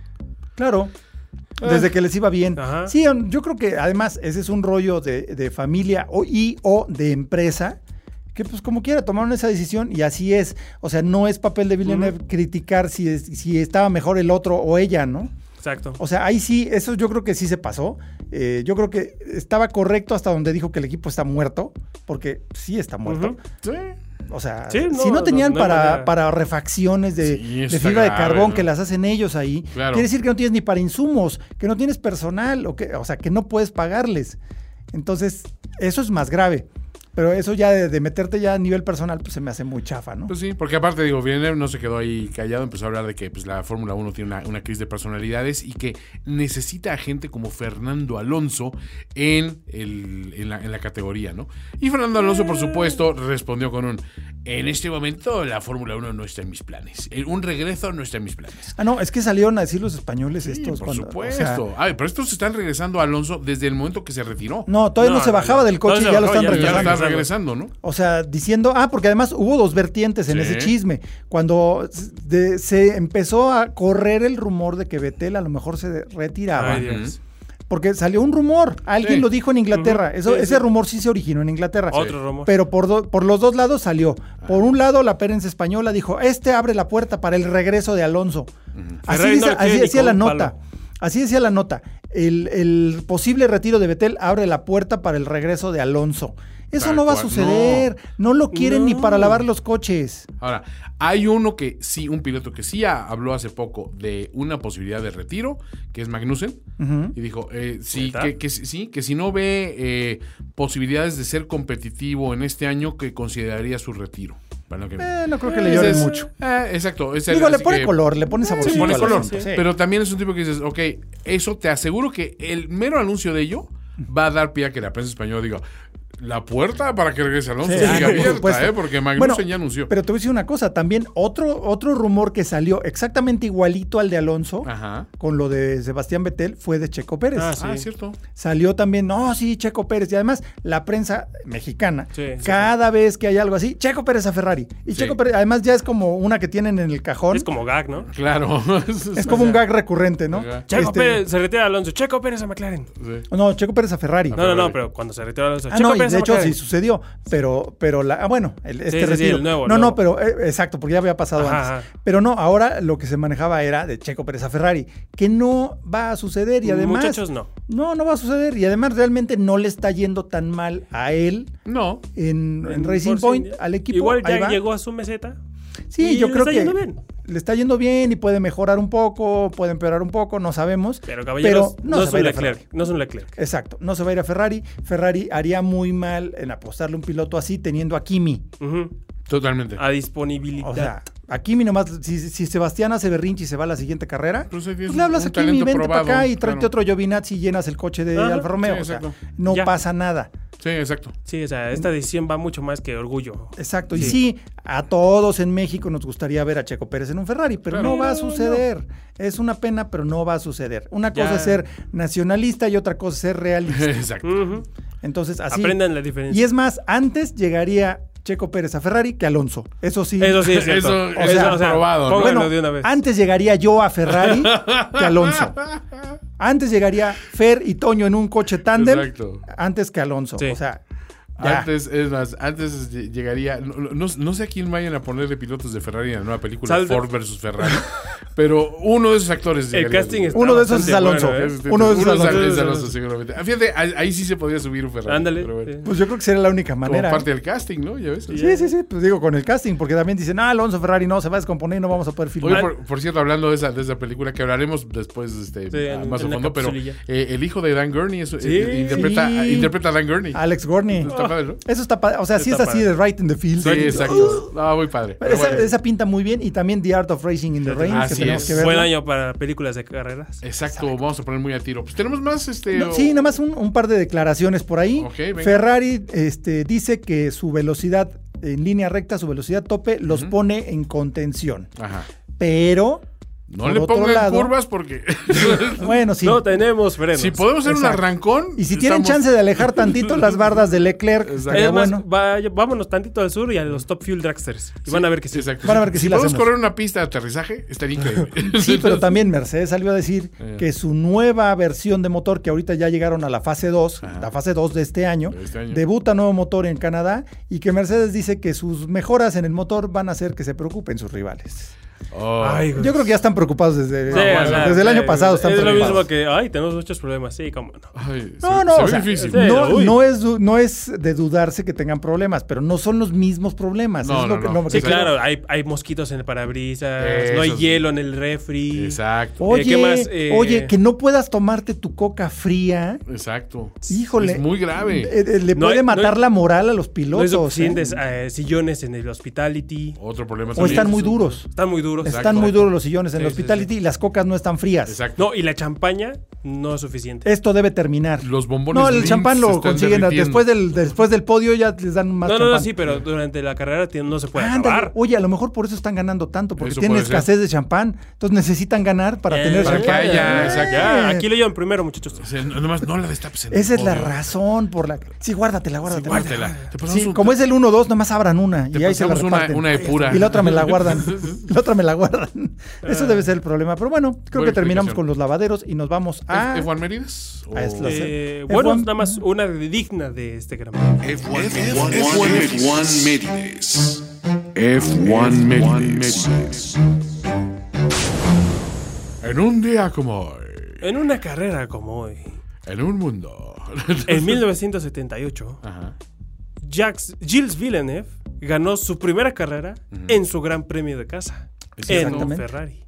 Speaker 1: Claro. Desde que les iba bien.
Speaker 3: Ajá.
Speaker 1: Sí, um, yo creo que además ese es un rollo de, de familia o, y o de empresa que pues como quiera tomaron esa decisión y así es. O sea, no es papel de Villeneuve criticar si, es- si estaba mejor el otro o ella, ¿no?
Speaker 3: Exacto.
Speaker 1: O sea, ahí sí, eso yo creo que sí se pasó. Eh, yo creo que estaba correcto hasta donde dijo que el equipo está muerto, porque sí está muerto.
Speaker 3: Ujú.
Speaker 2: Sí.
Speaker 1: O sea,
Speaker 3: Sí, no,
Speaker 1: si no
Speaker 3: no,
Speaker 1: tenían
Speaker 3: no hay
Speaker 1: para,
Speaker 3: manera.
Speaker 1: para refacciones de,
Speaker 2: Sí,
Speaker 1: de
Speaker 2: está
Speaker 1: fibra de
Speaker 2: grave,
Speaker 1: carbón
Speaker 2: ¿no?
Speaker 1: que las hacen ellos ahí,
Speaker 2: Claro.
Speaker 1: quiere decir que no tienes ni para insumos, que no tienes personal, o, que, o sea, que no puedes pagarles. Entonces, eso es más grave. Pero eso ya de, de meterte ya a nivel personal, pues se me hace muy chafa, ¿no?
Speaker 2: Pues sí, porque aparte, digo, Villeneuve no se quedó ahí callado, empezó a hablar de que pues, la Fórmula 1 tiene una, una crisis de personalidades y que necesita a gente como Fernando Alonso en, el- en la, en la categoría, ¿no? Y Fernando Alonso, por supuesto, respondió con un, en este momento la Fórmula 1 no está en mis planes, El- un regreso no está en mis planes.
Speaker 1: ah, no, es que salieron a decir los españoles
Speaker 2: Sí,
Speaker 1: estos.
Speaker 2: por
Speaker 1: cuando- o sea,
Speaker 2: supuesto. Ay, pero estos están regresando a Alonso desde el momento que se retiró.
Speaker 1: no, todavía no,
Speaker 3: No,
Speaker 1: se bajaba
Speaker 3: ya.
Speaker 1: del coche y
Speaker 3: Todavía
Speaker 1: ya
Speaker 3: se
Speaker 1: lo están
Speaker 3: bajaba, ya- ya
Speaker 2: Ya
Speaker 1: regresando.
Speaker 2: está
Speaker 3: regresando.
Speaker 2: regresando, ¿no?
Speaker 1: O sea, diciendo, ah, porque además hubo dos vertientes en
Speaker 2: Sí.
Speaker 1: ese chisme. Cuando s- de- se empezó a correr el rumor de que Betel a lo mejor se de- retiraba,
Speaker 3: Ay, Dios.
Speaker 1: porque salió un rumor, alguien
Speaker 2: Sí.
Speaker 1: lo dijo en Inglaterra,
Speaker 3: Ujú.
Speaker 1: Eso,
Speaker 3: Sí,
Speaker 1: ese
Speaker 3: sí.
Speaker 1: rumor sí se originó en Inglaterra.
Speaker 3: Otro rumor. Ah.
Speaker 1: Pero por, do- por los dos lados salió. Por un lado, la prensa española dijo, este abre la puerta para el regreso de Alonso. Así,
Speaker 3: Ferrari
Speaker 1: dice-
Speaker 3: no le
Speaker 1: así
Speaker 3: tiene ni
Speaker 1: decía
Speaker 3: con
Speaker 1: la
Speaker 3: un
Speaker 1: nota.
Speaker 3: palo.
Speaker 1: Así decía la nota. El, el posible retiro de Betel abre la puerta para el regreso de Alonso. Eso
Speaker 2: Tal
Speaker 1: no va a
Speaker 2: cual,
Speaker 1: suceder. No, lo quieren ni
Speaker 3: No.
Speaker 1: para lavar los coches.
Speaker 2: Ahora, hay uno que sí, un piloto que sí ha- habló hace poco de una posibilidad de retiro, que es Magnussen,
Speaker 1: Ujú.
Speaker 2: y dijo eh, sí,
Speaker 3: ¿Neta?
Speaker 2: que, que sí- sí, que si no ve eh, posibilidades de ser competitivo en este año, que consideraría su retiro. Bueno, que-
Speaker 1: Eh, no creo que le lloren
Speaker 2: Entonces,
Speaker 1: mucho.
Speaker 2: eh, exacto. es el-
Speaker 1: Digo, le
Speaker 2: así
Speaker 1: pone
Speaker 2: que-
Speaker 1: color, le pone saborcito.
Speaker 2: Sí, pone
Speaker 1: al
Speaker 2: color.
Speaker 1: asunto, sí.
Speaker 2: Pero también es un tipo que dices, ok, eso te aseguro que el mero anuncio de ello va a dar pie a que la prensa española diga, la puerta para que regrese Alonso
Speaker 1: Sí, ah,
Speaker 2: sigue
Speaker 1: por supuesto.
Speaker 2: abierta, ¿eh? porque Magnussen
Speaker 1: Bueno,
Speaker 2: ya anunció.
Speaker 1: Pero te voy a decir una cosa, también otro, otro rumor que salió exactamente igualito al de Alonso,
Speaker 2: Ajá.
Speaker 1: con lo de Sebastián Betel, fue de Checo Pérez.
Speaker 3: Ah, sí.
Speaker 2: Ah, es cierto.
Speaker 1: Salió también, no, sí, Checo Pérez. Y además, la prensa mexicana,
Speaker 3: Sí, sí,
Speaker 1: cada vez que hay algo así, Checo Pérez a Ferrari. Y
Speaker 2: Sí.
Speaker 1: Checo Pérez, además, ya es como una que tienen en el cajón.
Speaker 3: Es como gag, ¿no?
Speaker 1: Este
Speaker 2: Claro.
Speaker 1: Es como un gag recurrente, ¿no?
Speaker 2: Ajá.
Speaker 3: Checo
Speaker 1: Este,
Speaker 3: Pérez, se retira Alonso. Checo Pérez a McLaren.
Speaker 2: Sí.
Speaker 1: No, Checo Pérez a Ferrari.
Speaker 3: No, no, no, pero cuando se retira Alonso.
Speaker 1: Ah,
Speaker 3: Checo
Speaker 1: no, y
Speaker 3: Pérez
Speaker 1: de
Speaker 3: a
Speaker 1: hecho sí
Speaker 3: McLaren.
Speaker 1: sucedió, pero, pero la, ah, bueno, el- este
Speaker 3: sí, sí,
Speaker 1: retiro.
Speaker 3: el nuevo,
Speaker 1: no,
Speaker 3: el
Speaker 1: no,
Speaker 3: nuevo.
Speaker 1: pero eh, exacto, porque ya había pasado
Speaker 3: Ajá,
Speaker 1: antes.
Speaker 3: ajá.
Speaker 1: Pero no, ahora lo que se manejaba era de Checo Pérez a Ferrari, que no va a suceder y además.
Speaker 3: Muchachos, no.
Speaker 1: No, no va a suceder y además realmente no le está yendo tan mal a él
Speaker 2: No.
Speaker 1: en, en
Speaker 3: En
Speaker 1: Racing
Speaker 3: Force
Speaker 1: Point,
Speaker 3: India.
Speaker 1: al equipo.
Speaker 3: Igual
Speaker 1: ahí
Speaker 3: ya
Speaker 1: va.
Speaker 3: llegó a su meseta.
Speaker 1: Sí,
Speaker 3: y
Speaker 1: yo
Speaker 3: le
Speaker 1: creo
Speaker 3: está
Speaker 1: que
Speaker 3: yendo bien.
Speaker 1: le está yendo bien y puede mejorar un poco, puede empeorar un poco, no sabemos.
Speaker 3: Pero caballeros,
Speaker 1: pero
Speaker 3: no,
Speaker 1: se
Speaker 3: es
Speaker 1: va a
Speaker 3: un
Speaker 1: ir a
Speaker 3: Leclerc. No es un Leclerc.
Speaker 1: Exacto, no se va a ir a Ferrari. Ferrari haría muy mal en apostarle un piloto así teniendo a Kimi.
Speaker 3: Ujú.
Speaker 2: Totalmente.
Speaker 3: A disponibilidad.
Speaker 1: O sea, a Kimi nomás, si, si Sebastián hace berrinche y se va a la siguiente carrera,
Speaker 2: Pues
Speaker 1: pues,
Speaker 2: ahí tienes
Speaker 1: le hablas
Speaker 2: un
Speaker 1: a Kimi,
Speaker 2: talento
Speaker 1: vente para
Speaker 2: probado,
Speaker 1: acá y tráete
Speaker 2: claro.
Speaker 1: otro Giovinazzi y llenas el coche de
Speaker 3: Ajá,
Speaker 1: Alfa Romeo.
Speaker 2: sí,
Speaker 1: o sea,
Speaker 2: exacto.
Speaker 1: no
Speaker 3: Ya.
Speaker 1: pasa nada.
Speaker 2: Sí, exacto.
Speaker 3: sí, o sea,
Speaker 1: mm.
Speaker 3: esta decisión va mucho más que orgullo.
Speaker 1: Exacto. Y sí, a todos en México nos gustaría ver a Checo Pérez en un Ferrari, pero
Speaker 2: Claro.
Speaker 1: no va a
Speaker 3: Pero no.
Speaker 1: suceder. Es una pena, pero no va a suceder. Una
Speaker 3: Ya.
Speaker 1: cosa es ser nacionalista y otra cosa es ser realista.
Speaker 2: Exacto.
Speaker 3: Ujú.
Speaker 1: Entonces, así.
Speaker 3: Aprendan la
Speaker 1: Y
Speaker 3: diferencia.
Speaker 1: es más, antes llegaría Checo Pérez a Ferrari que Alonso. Eso sí.
Speaker 3: Eso sí es cierto.
Speaker 2: Eso-
Speaker 3: Eso,
Speaker 1: eso es
Speaker 2: probado, ¿no?
Speaker 3: pónganlo
Speaker 1: Bueno, ah,
Speaker 3: de una vez.
Speaker 1: antes llegaría yo a Ferrari que Alonso. Antes llegaría Fer y Toño en un coche tándem
Speaker 2: Exacto.
Speaker 1: antes que Alonso.
Speaker 3: Sí.
Speaker 1: O sea, ya.
Speaker 2: Antes, es más, antes ll- llegaría. No, no- no sé a quién vayan a poner de pilotos de Ferrari en la nueva película
Speaker 3: Salve.
Speaker 2: Ford versus Ferrari, pero uno de esos actores.
Speaker 3: El
Speaker 2: llegaría.
Speaker 3: casting está
Speaker 1: Uno de esos es
Speaker 3: bastante
Speaker 1: Alonso.
Speaker 3: bueno, ¿eh?
Speaker 2: Este,
Speaker 1: Uno de esos
Speaker 2: es
Speaker 1: Alonso.
Speaker 2: es Alonso, seguramente. Ah, Fíjate, ahí, ahí sí se podía subir un Ferrari.
Speaker 3: Ándale.
Speaker 2: pero bueno.
Speaker 3: sí.
Speaker 1: Pues yo creo que sería la única
Speaker 2: Como
Speaker 1: manera. ¿eh?
Speaker 2: parte del casting, ¿no? Ya ves.
Speaker 1: Sí, sí, sí. Pues digo, con el casting, porque también dicen, ah, Alonso Ferrari no, se va a descomponer y no vamos a poder
Speaker 2: Oye,
Speaker 1: filmar.
Speaker 2: por, por cierto, hablando de esa, de esa película que hablaremos después este,
Speaker 3: Sí, en-
Speaker 2: más a
Speaker 3: en la
Speaker 2: fondo, pero
Speaker 3: capsulilla.
Speaker 2: eh, el hijo de Dan Gurney es-
Speaker 3: Sí.
Speaker 2: eh, interpreta,
Speaker 1: Sí.
Speaker 2: interpreta a Dan Gurney.
Speaker 1: Alex Gorney.
Speaker 2: Está padre, ¿no?
Speaker 1: Eso está padre. O sea, sí
Speaker 3: Está
Speaker 1: es así
Speaker 3: padre.
Speaker 1: de right in the field.
Speaker 2: Sí, exacto. No, muy padre. Pero
Speaker 1: Esa,
Speaker 2: bueno.
Speaker 1: esa pinta muy bien. Y también The Art of Racing in the Rain, que
Speaker 2: Así
Speaker 1: tenemos
Speaker 2: es.
Speaker 1: que ver.
Speaker 3: Buen año para películas de carreras.
Speaker 2: Exacto, vamos a poner muy a tiro. Pues tenemos más este.
Speaker 1: No,
Speaker 2: o-
Speaker 1: sí, nada más un, un par de declaraciones por ahí.
Speaker 2: Ok, venga.
Speaker 1: Ferrari este, dice que su velocidad en línea recta, su velocidad tope, los pone en contención.
Speaker 2: Ajá.
Speaker 1: Pero
Speaker 2: No
Speaker 1: Por
Speaker 2: le
Speaker 1: otro
Speaker 2: pongan
Speaker 1: lado-
Speaker 2: curvas porque
Speaker 1: Bueno, sí.
Speaker 3: No tenemos frenos.
Speaker 2: si podemos hacer un
Speaker 1: Exacto.
Speaker 2: arrancón.
Speaker 1: y si tienen
Speaker 2: estamos-
Speaker 1: chance de alejar tantito las bardas de Leclerc, estaría
Speaker 3: es más,
Speaker 1: bueno.
Speaker 3: vaya- vámonos tantito al sur y a los Top Fuel Dragsters. Y van a ver que sí.
Speaker 2: Exacto.
Speaker 1: Van a ver que sí
Speaker 2: si
Speaker 1: la
Speaker 2: podemos
Speaker 1: hacemos.
Speaker 2: correr una pista de aterrizaje, estaría increíble.
Speaker 1: Sí, pero también Mercedes salió a decir
Speaker 3: eh.
Speaker 1: que su nueva versión de motor, que ahorita ya llegaron a la fase 2, la fase 2 de este año,
Speaker 2: De este año.
Speaker 1: debuta nuevo motor en Canadá y que Mercedes dice que sus mejoras en el motor van a hacer que se preocupen sus rivales.
Speaker 2: Oh.
Speaker 3: Ay, güey.
Speaker 1: Yo creo que ya están preocupados desde,
Speaker 3: Ah. Sí, o sea,
Speaker 1: desde el año
Speaker 3: sí,
Speaker 1: pasado. Están
Speaker 3: Es lo mismo
Speaker 1: preocupados.
Speaker 3: que, ay, tenemos muchos problemas. Sí, cómo no.
Speaker 2: Ay, se-
Speaker 1: No, no,
Speaker 2: se
Speaker 1: o
Speaker 2: ve
Speaker 1: sea,
Speaker 2: difícil.
Speaker 3: sí.
Speaker 1: no,
Speaker 3: uy.
Speaker 1: no es, du- no es de dudarse que tengan problemas, pero no son los mismos problemas.
Speaker 2: No,
Speaker 1: es lo
Speaker 2: no,
Speaker 1: que-
Speaker 2: no.
Speaker 1: lo que-
Speaker 3: Sí,
Speaker 2: Exacto.
Speaker 3: claro, hay, hay mosquitos en el parabrisas,
Speaker 2: Eso
Speaker 3: no hay
Speaker 2: sí.
Speaker 3: hielo en el refri.
Speaker 2: Exacto.
Speaker 1: Oye,
Speaker 3: ¿qué más? Eh,
Speaker 1: oye, que no puedas tomarte tu coca fría.
Speaker 2: Exacto.
Speaker 1: Oh, Híjole.
Speaker 2: Es muy grave.
Speaker 1: Eh, eh, le
Speaker 3: No
Speaker 1: puede
Speaker 3: hay- no
Speaker 1: matar
Speaker 3: hay-
Speaker 1: la moral a los
Speaker 3: No hay
Speaker 1: pilotos.
Speaker 3: suficientes
Speaker 1: ¿eh?
Speaker 3: eh, sillones en el hospitality.
Speaker 2: Otro problema
Speaker 1: O
Speaker 2: también.
Speaker 1: están muy duros.
Speaker 3: Están muy duros.
Speaker 2: Exacto.
Speaker 1: Están muy duros los sillones en el
Speaker 3: Sí, sí,
Speaker 1: hospitality y las cocas no están frías.
Speaker 2: Exacto.
Speaker 3: No, y la champaña no es suficiente.
Speaker 1: Esto debe terminar.
Speaker 2: Los bombones
Speaker 1: No, el
Speaker 2: Lindt
Speaker 1: champán
Speaker 2: se
Speaker 1: lo
Speaker 2: están
Speaker 1: consiguen
Speaker 2: derritiendo.
Speaker 1: después del, después del podio, ya les dan más
Speaker 3: no, no, no,
Speaker 1: champán.
Speaker 3: sí, pero durante la carrera tiene- no se puede
Speaker 1: Ándale.
Speaker 3: acabar.
Speaker 1: Oye, a lo mejor por eso están ganando tanto, porque
Speaker 2: Eso
Speaker 1: tienen
Speaker 2: puede ser.
Speaker 1: escasez de champán. Entonces necesitan ganar para
Speaker 3: Eh,
Speaker 1: tener
Speaker 3: para que
Speaker 1: champán.
Speaker 2: haya,
Speaker 1: Eh.
Speaker 2: exacto.
Speaker 3: Ya, aquí lo llevan primero, muchachos.
Speaker 2: O sea, no- nomás no la destapes. en el
Speaker 1: Esa es la
Speaker 2: podio.
Speaker 1: razón por la que. Sí, guárdatela, guárdatela.
Speaker 2: Guárdatela. Te pasamos
Speaker 1: Sí,
Speaker 2: un-
Speaker 1: como es el 1-2, nomás abran una
Speaker 2: te
Speaker 1: y ahí se la
Speaker 2: pasamos una,
Speaker 1: reparten.
Speaker 2: una de pura. Ah.
Speaker 1: Y la otra me la guardan. La otra me la guardan. Eso debe ser el problema. Pero bueno, creo
Speaker 2: Buena
Speaker 1: que terminamos
Speaker 2: explicación.
Speaker 1: con los lavaderos y nos vamos a.
Speaker 2: ¿Es, es Juan Mérides? ¿O-
Speaker 1: Ah, es la-
Speaker 3: Eh,
Speaker 1: F1.
Speaker 3: bueno, nada más una de- digna de este gran premio.
Speaker 6: F1 Mérides. F1 Mérides.
Speaker 2: En un día como hoy.
Speaker 3: En una carrera como hoy,
Speaker 2: En un mundo.
Speaker 3: en 1978,
Speaker 2: Ajá.
Speaker 3: Jacques, Gilles Villeneuve ganó su primera carrera en su gran premio de casa, en
Speaker 1: Exactamente.
Speaker 3: Ferrari.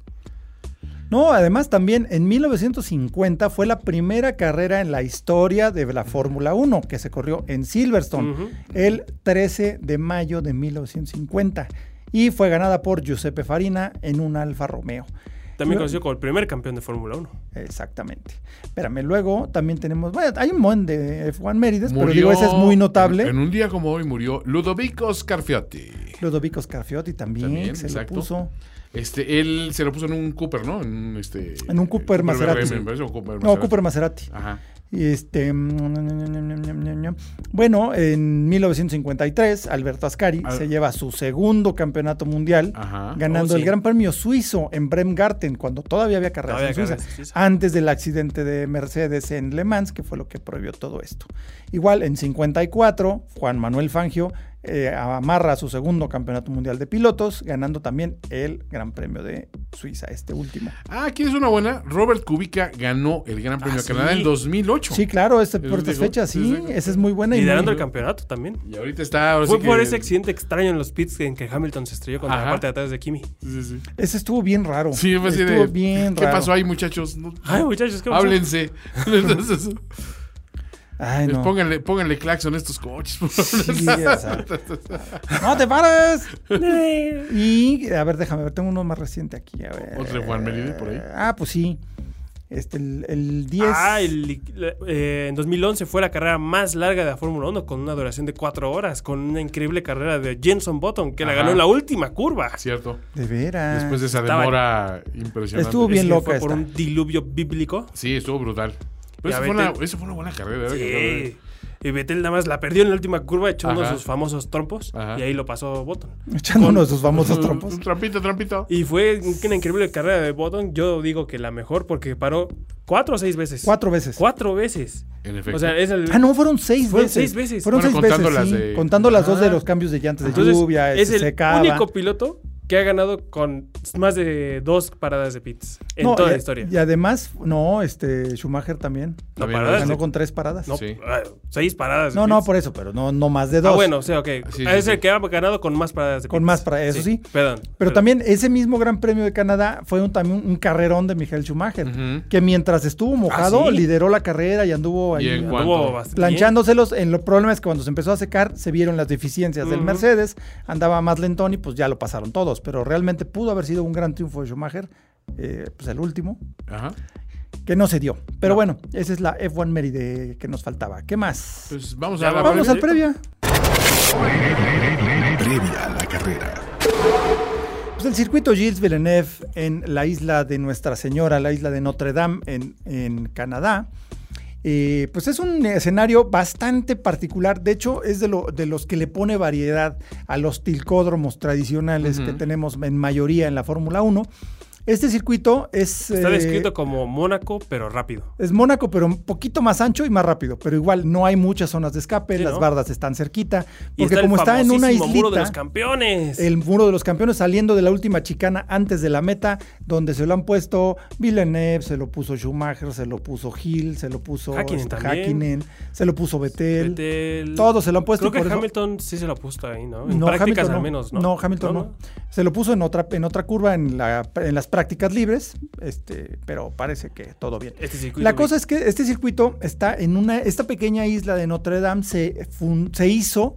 Speaker 1: No, además también en 1950 fue la primera carrera en la historia de la Fórmula 1 que se corrió en Silverstone
Speaker 3: Ujú.
Speaker 1: el 13 de mayo de 1950 y fue ganada por Giuseppe Farina en un Alfa Romeo.
Speaker 3: También
Speaker 1: Luego-
Speaker 3: conocido como el primer campeón de Fórmula 1.
Speaker 1: Exactamente. Espérame, luego también tenemos, bueno, hay un montón de F1 Mérides, pero
Speaker 2: Murió-
Speaker 1: digo, ese es muy notable.
Speaker 2: En, en un día como hoy murió Ludovico Scarfiotti.
Speaker 1: Ludovico Scarfiotti también,
Speaker 2: También,
Speaker 1: que se
Speaker 2: exacto.
Speaker 1: lo puso.
Speaker 2: Este, él se lo puso en un Cooper, ¿no? En un, este,
Speaker 1: En un Cooper Maserati.
Speaker 2: BM, me parece, o Cooper
Speaker 1: No,
Speaker 2: Maserati.
Speaker 1: Cooper Maserati.
Speaker 2: Ajá.
Speaker 1: Y este. mm, Bueno, en 1953, Alberto Ascari
Speaker 2: Al-
Speaker 1: se lleva su segundo campeonato mundial,
Speaker 2: Ah. Ajá.
Speaker 1: ganando
Speaker 3: Oh, sí.
Speaker 1: el Gran Premio Suizo en Bremgarten, cuando todavía había carreras
Speaker 3: Todavía
Speaker 1: en Suiza,
Speaker 3: carreras en Suiza.
Speaker 1: antes del accidente de Mercedes en Le Mans, que fue lo que prohibió todo esto. Igual, en 54, Juan Manuel Fangio eh, amarra su segundo campeonato mundial de pilotos, ganando también el Gran Premio de Suiza, este último.
Speaker 2: Ah, aquí es una buena. Robert Kubica ganó el Gran Premio
Speaker 3: Ah,
Speaker 2: de Canadá
Speaker 3: sí.
Speaker 2: en 2008.
Speaker 1: Sí, claro, este, por
Speaker 2: Eso
Speaker 1: estas
Speaker 2: digo,
Speaker 1: fechas,
Speaker 2: eso
Speaker 1: sí,
Speaker 2: digo.
Speaker 1: esa es muy buena. y
Speaker 3: Liderando
Speaker 1: muy-
Speaker 3: el campeonato también.
Speaker 2: Y ahorita está. ahora
Speaker 3: Fue
Speaker 2: sí que-
Speaker 3: por ese accidente extraño en los pits en que Hamilton se estrelló contra
Speaker 2: Ajá.
Speaker 3: la parte de atrás de Kimi.
Speaker 2: Sí, sí.
Speaker 1: Ese estuvo bien raro.
Speaker 2: Sí, fue así
Speaker 1: estuvo
Speaker 2: de.
Speaker 1: bien
Speaker 2: ¿Qué
Speaker 1: raro.
Speaker 2: pasó ahí, muchachos? No-
Speaker 3: Ay, muchachos, ¿qué pasó?
Speaker 2: Háblense. Entonces,
Speaker 1: Ay, no.
Speaker 2: Eh, pónganle, pónganle claxon a estos coches. por favor.
Speaker 1: Sí, o sea, ¡No te pares! Y, a ver, déjame ver, tengo uno más reciente aquí. A ver.
Speaker 2: Otro de Juan Meride por ahí.
Speaker 1: Ah, pues sí. Este, el, el 10.
Speaker 3: Ah, el- la- eh, en 2011 fue la carrera más larga de la Fórmula 1 con una duración de 4 horas, con una increíble carrera de Jenson Button que la
Speaker 2: Ajá.
Speaker 3: ganó en la última curva.
Speaker 2: Cierto.
Speaker 1: De veras.
Speaker 2: Después de esa
Speaker 3: Estaba-
Speaker 2: demora impresionante.
Speaker 1: Ah, Estuvo bien
Speaker 3: Es que
Speaker 1: loca
Speaker 3: fue por
Speaker 1: esta.
Speaker 3: un diluvio bíblico.
Speaker 2: Sí, estuvo brutal. Pero
Speaker 3: Ya
Speaker 2: eso fue,
Speaker 3: vete.
Speaker 2: una, esa fue una buena carrera. ¿verdad?
Speaker 3: Sí. Y Vettel nada más la perdió en la última curva echando
Speaker 2: Ajá.
Speaker 3: sus famosos trompos
Speaker 2: Ajá.
Speaker 3: y ahí lo pasó Button.
Speaker 1: Echando uno de sus famosos trompos.
Speaker 2: Un trampito, trampito.
Speaker 3: Y fue una increíble carrera de Button. Yo digo que la mejor porque paró cuatro o seis veces.
Speaker 1: Cuatro veces.
Speaker 3: Cuatro veces.
Speaker 2: En efecto.
Speaker 3: O sea, es el.
Speaker 1: Ah, no, fueron seis
Speaker 3: Fueron
Speaker 1: veces.
Speaker 3: seis veces.
Speaker 1: Fueron
Speaker 2: Bueno,
Speaker 1: seis
Speaker 2: contando
Speaker 1: veces,
Speaker 2: las
Speaker 1: sí.
Speaker 2: de-
Speaker 1: Contando las dos de
Speaker 3: Ah.
Speaker 1: los cambios de llantas de
Speaker 3: Entonces,
Speaker 1: lluvia,
Speaker 3: es
Speaker 1: este,
Speaker 3: el
Speaker 1: secaba.
Speaker 3: único piloto que ha ganado con más de dos paradas de pits en
Speaker 1: No,
Speaker 3: toda
Speaker 1: y-
Speaker 3: la historia.
Speaker 1: Y además, no, este, Schumacher también.
Speaker 3: no,
Speaker 2: También,
Speaker 3: paradas.
Speaker 2: ¿verdad?
Speaker 1: Ganó con tres paradas.
Speaker 3: No,
Speaker 2: Sí.
Speaker 3: ah, seis paradas. de
Speaker 1: No, no,
Speaker 3: pits.
Speaker 1: por eso, pero no, no más de dos.
Speaker 3: Ah, bueno, o sea, ok.
Speaker 2: sí,
Speaker 3: es
Speaker 2: sí.
Speaker 3: el que ha ganado con más paradas de pits.
Speaker 1: Con más para- eso sí.
Speaker 3: Perdón.
Speaker 1: Pero
Speaker 3: perdón.
Speaker 1: también ese mismo Gran Premio de Canadá fue un, también un carrerón de Michael Schumacher,
Speaker 2: Ujú.
Speaker 1: que mientras estuvo mojado,
Speaker 3: ¿Ah, ¿sí?
Speaker 1: lideró la carrera y anduvo ahí
Speaker 2: Y en cuanto-
Speaker 3: Estuvo
Speaker 2: ¿Cuánto?
Speaker 3: bastante
Speaker 1: planchándoselos. En lo problema es que cuando se empezó a secar, se vieron las deficiencias del
Speaker 3: Ujú.
Speaker 1: Mercedes, andaba más lentón y pues ya lo pasaron todos. Pero realmente pudo haber sido un gran triunfo de Schumacher, eh, pues el último,
Speaker 2: Ajá.
Speaker 1: que no se dio. Pero bueno, esa es la F1 Meride que nos faltaba. ¿Qué más?
Speaker 2: Pues vamos
Speaker 3: Ya
Speaker 2: a la
Speaker 1: Vamos
Speaker 3: previa.
Speaker 1: al previa.
Speaker 4: Previa a la carrera.
Speaker 1: Pues el circuito Gilles Villeneuve en la isla de Nuestra Señora, la isla de Notre Dame en, en Canadá, eh, pues es un escenario bastante particular. De hecho, es de, lo- de los que le pone variedad a los tilcódromos tradicionales que tenemos en mayoría en la Fórmula 1. Este circuito es...
Speaker 3: Está
Speaker 1: eh,
Speaker 3: descrito como Mónaco, pero rápido.
Speaker 1: es Mónaco, pero un poquito más ancho y más rápido. Pero igual no hay muchas zonas de escape,
Speaker 3: Sí,
Speaker 1: las
Speaker 3: ¿no?
Speaker 1: bardas están cerquita.
Speaker 3: Y
Speaker 1: Porque como
Speaker 3: el
Speaker 1: está en una
Speaker 3: famosísimo
Speaker 1: islita,
Speaker 3: muro de los campeones.
Speaker 1: el muro de los campeones saliendo de la última chicana antes de la meta, donde se lo han puesto Villeneuve, se lo puso Schumacher, se lo puso Hill, se lo puso
Speaker 3: Häkkinen
Speaker 1: este,
Speaker 3: también.
Speaker 1: Häkkinen, se lo puso Vettel.
Speaker 3: Vettel.
Speaker 1: Todos se lo han puesto y
Speaker 3: Creo
Speaker 1: por
Speaker 3: que
Speaker 1: eso-
Speaker 3: Hamilton sí se lo ha puesto ahí, ¿no? En prácticas
Speaker 1: Hamilton
Speaker 3: al menos, ¿no?
Speaker 1: Hamilton no. Se lo puso en otra, en otra curva en, la- en las prácticas libres, este, pero parece que todo bien.
Speaker 3: Este circuito
Speaker 1: La cosa es que este circuito está en una, esta pequeña isla de Notre Dame se, fun- se hizo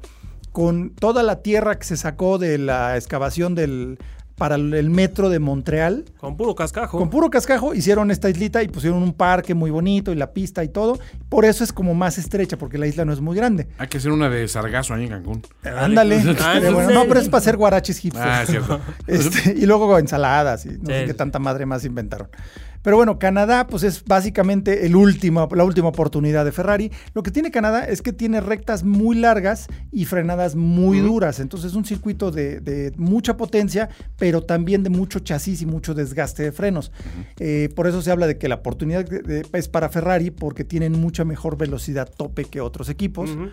Speaker 1: con toda la tierra que se sacó de la excavación del, para el metro de Montreal.
Speaker 3: Con puro cascajo.
Speaker 1: Con puro cascajo hicieron esta islita y pusieron un parque muy bonito y la pista y todo. Por eso es como más estrecha, porque la isla no es muy grande.
Speaker 2: Hay que hacer una de sargazo ahí en Cancún.
Speaker 1: Ándale.
Speaker 3: Ah,
Speaker 1: Pero bueno,
Speaker 3: entonces-
Speaker 1: no, pero es para hacer guaraches hipsters.
Speaker 2: Ah, es cierto.
Speaker 1: Este, y luego ensaladas y no sé
Speaker 3: Sí.
Speaker 1: qué tanta madre más inventaron. Pero bueno, Canadá pues es básicamente el último, la última oportunidad de Ferrari. Lo que tiene Canadá es que tiene rectas muy largas y frenadas muy duras. Entonces es un circuito de, de mucha potencia, pero también de mucho chasis y mucho desgaste de frenos. Eh, por eso se habla de que la oportunidad de- de- es para Ferrari porque tienen mucha mejor velocidad tope que otros equipos.
Speaker 3: Ujú.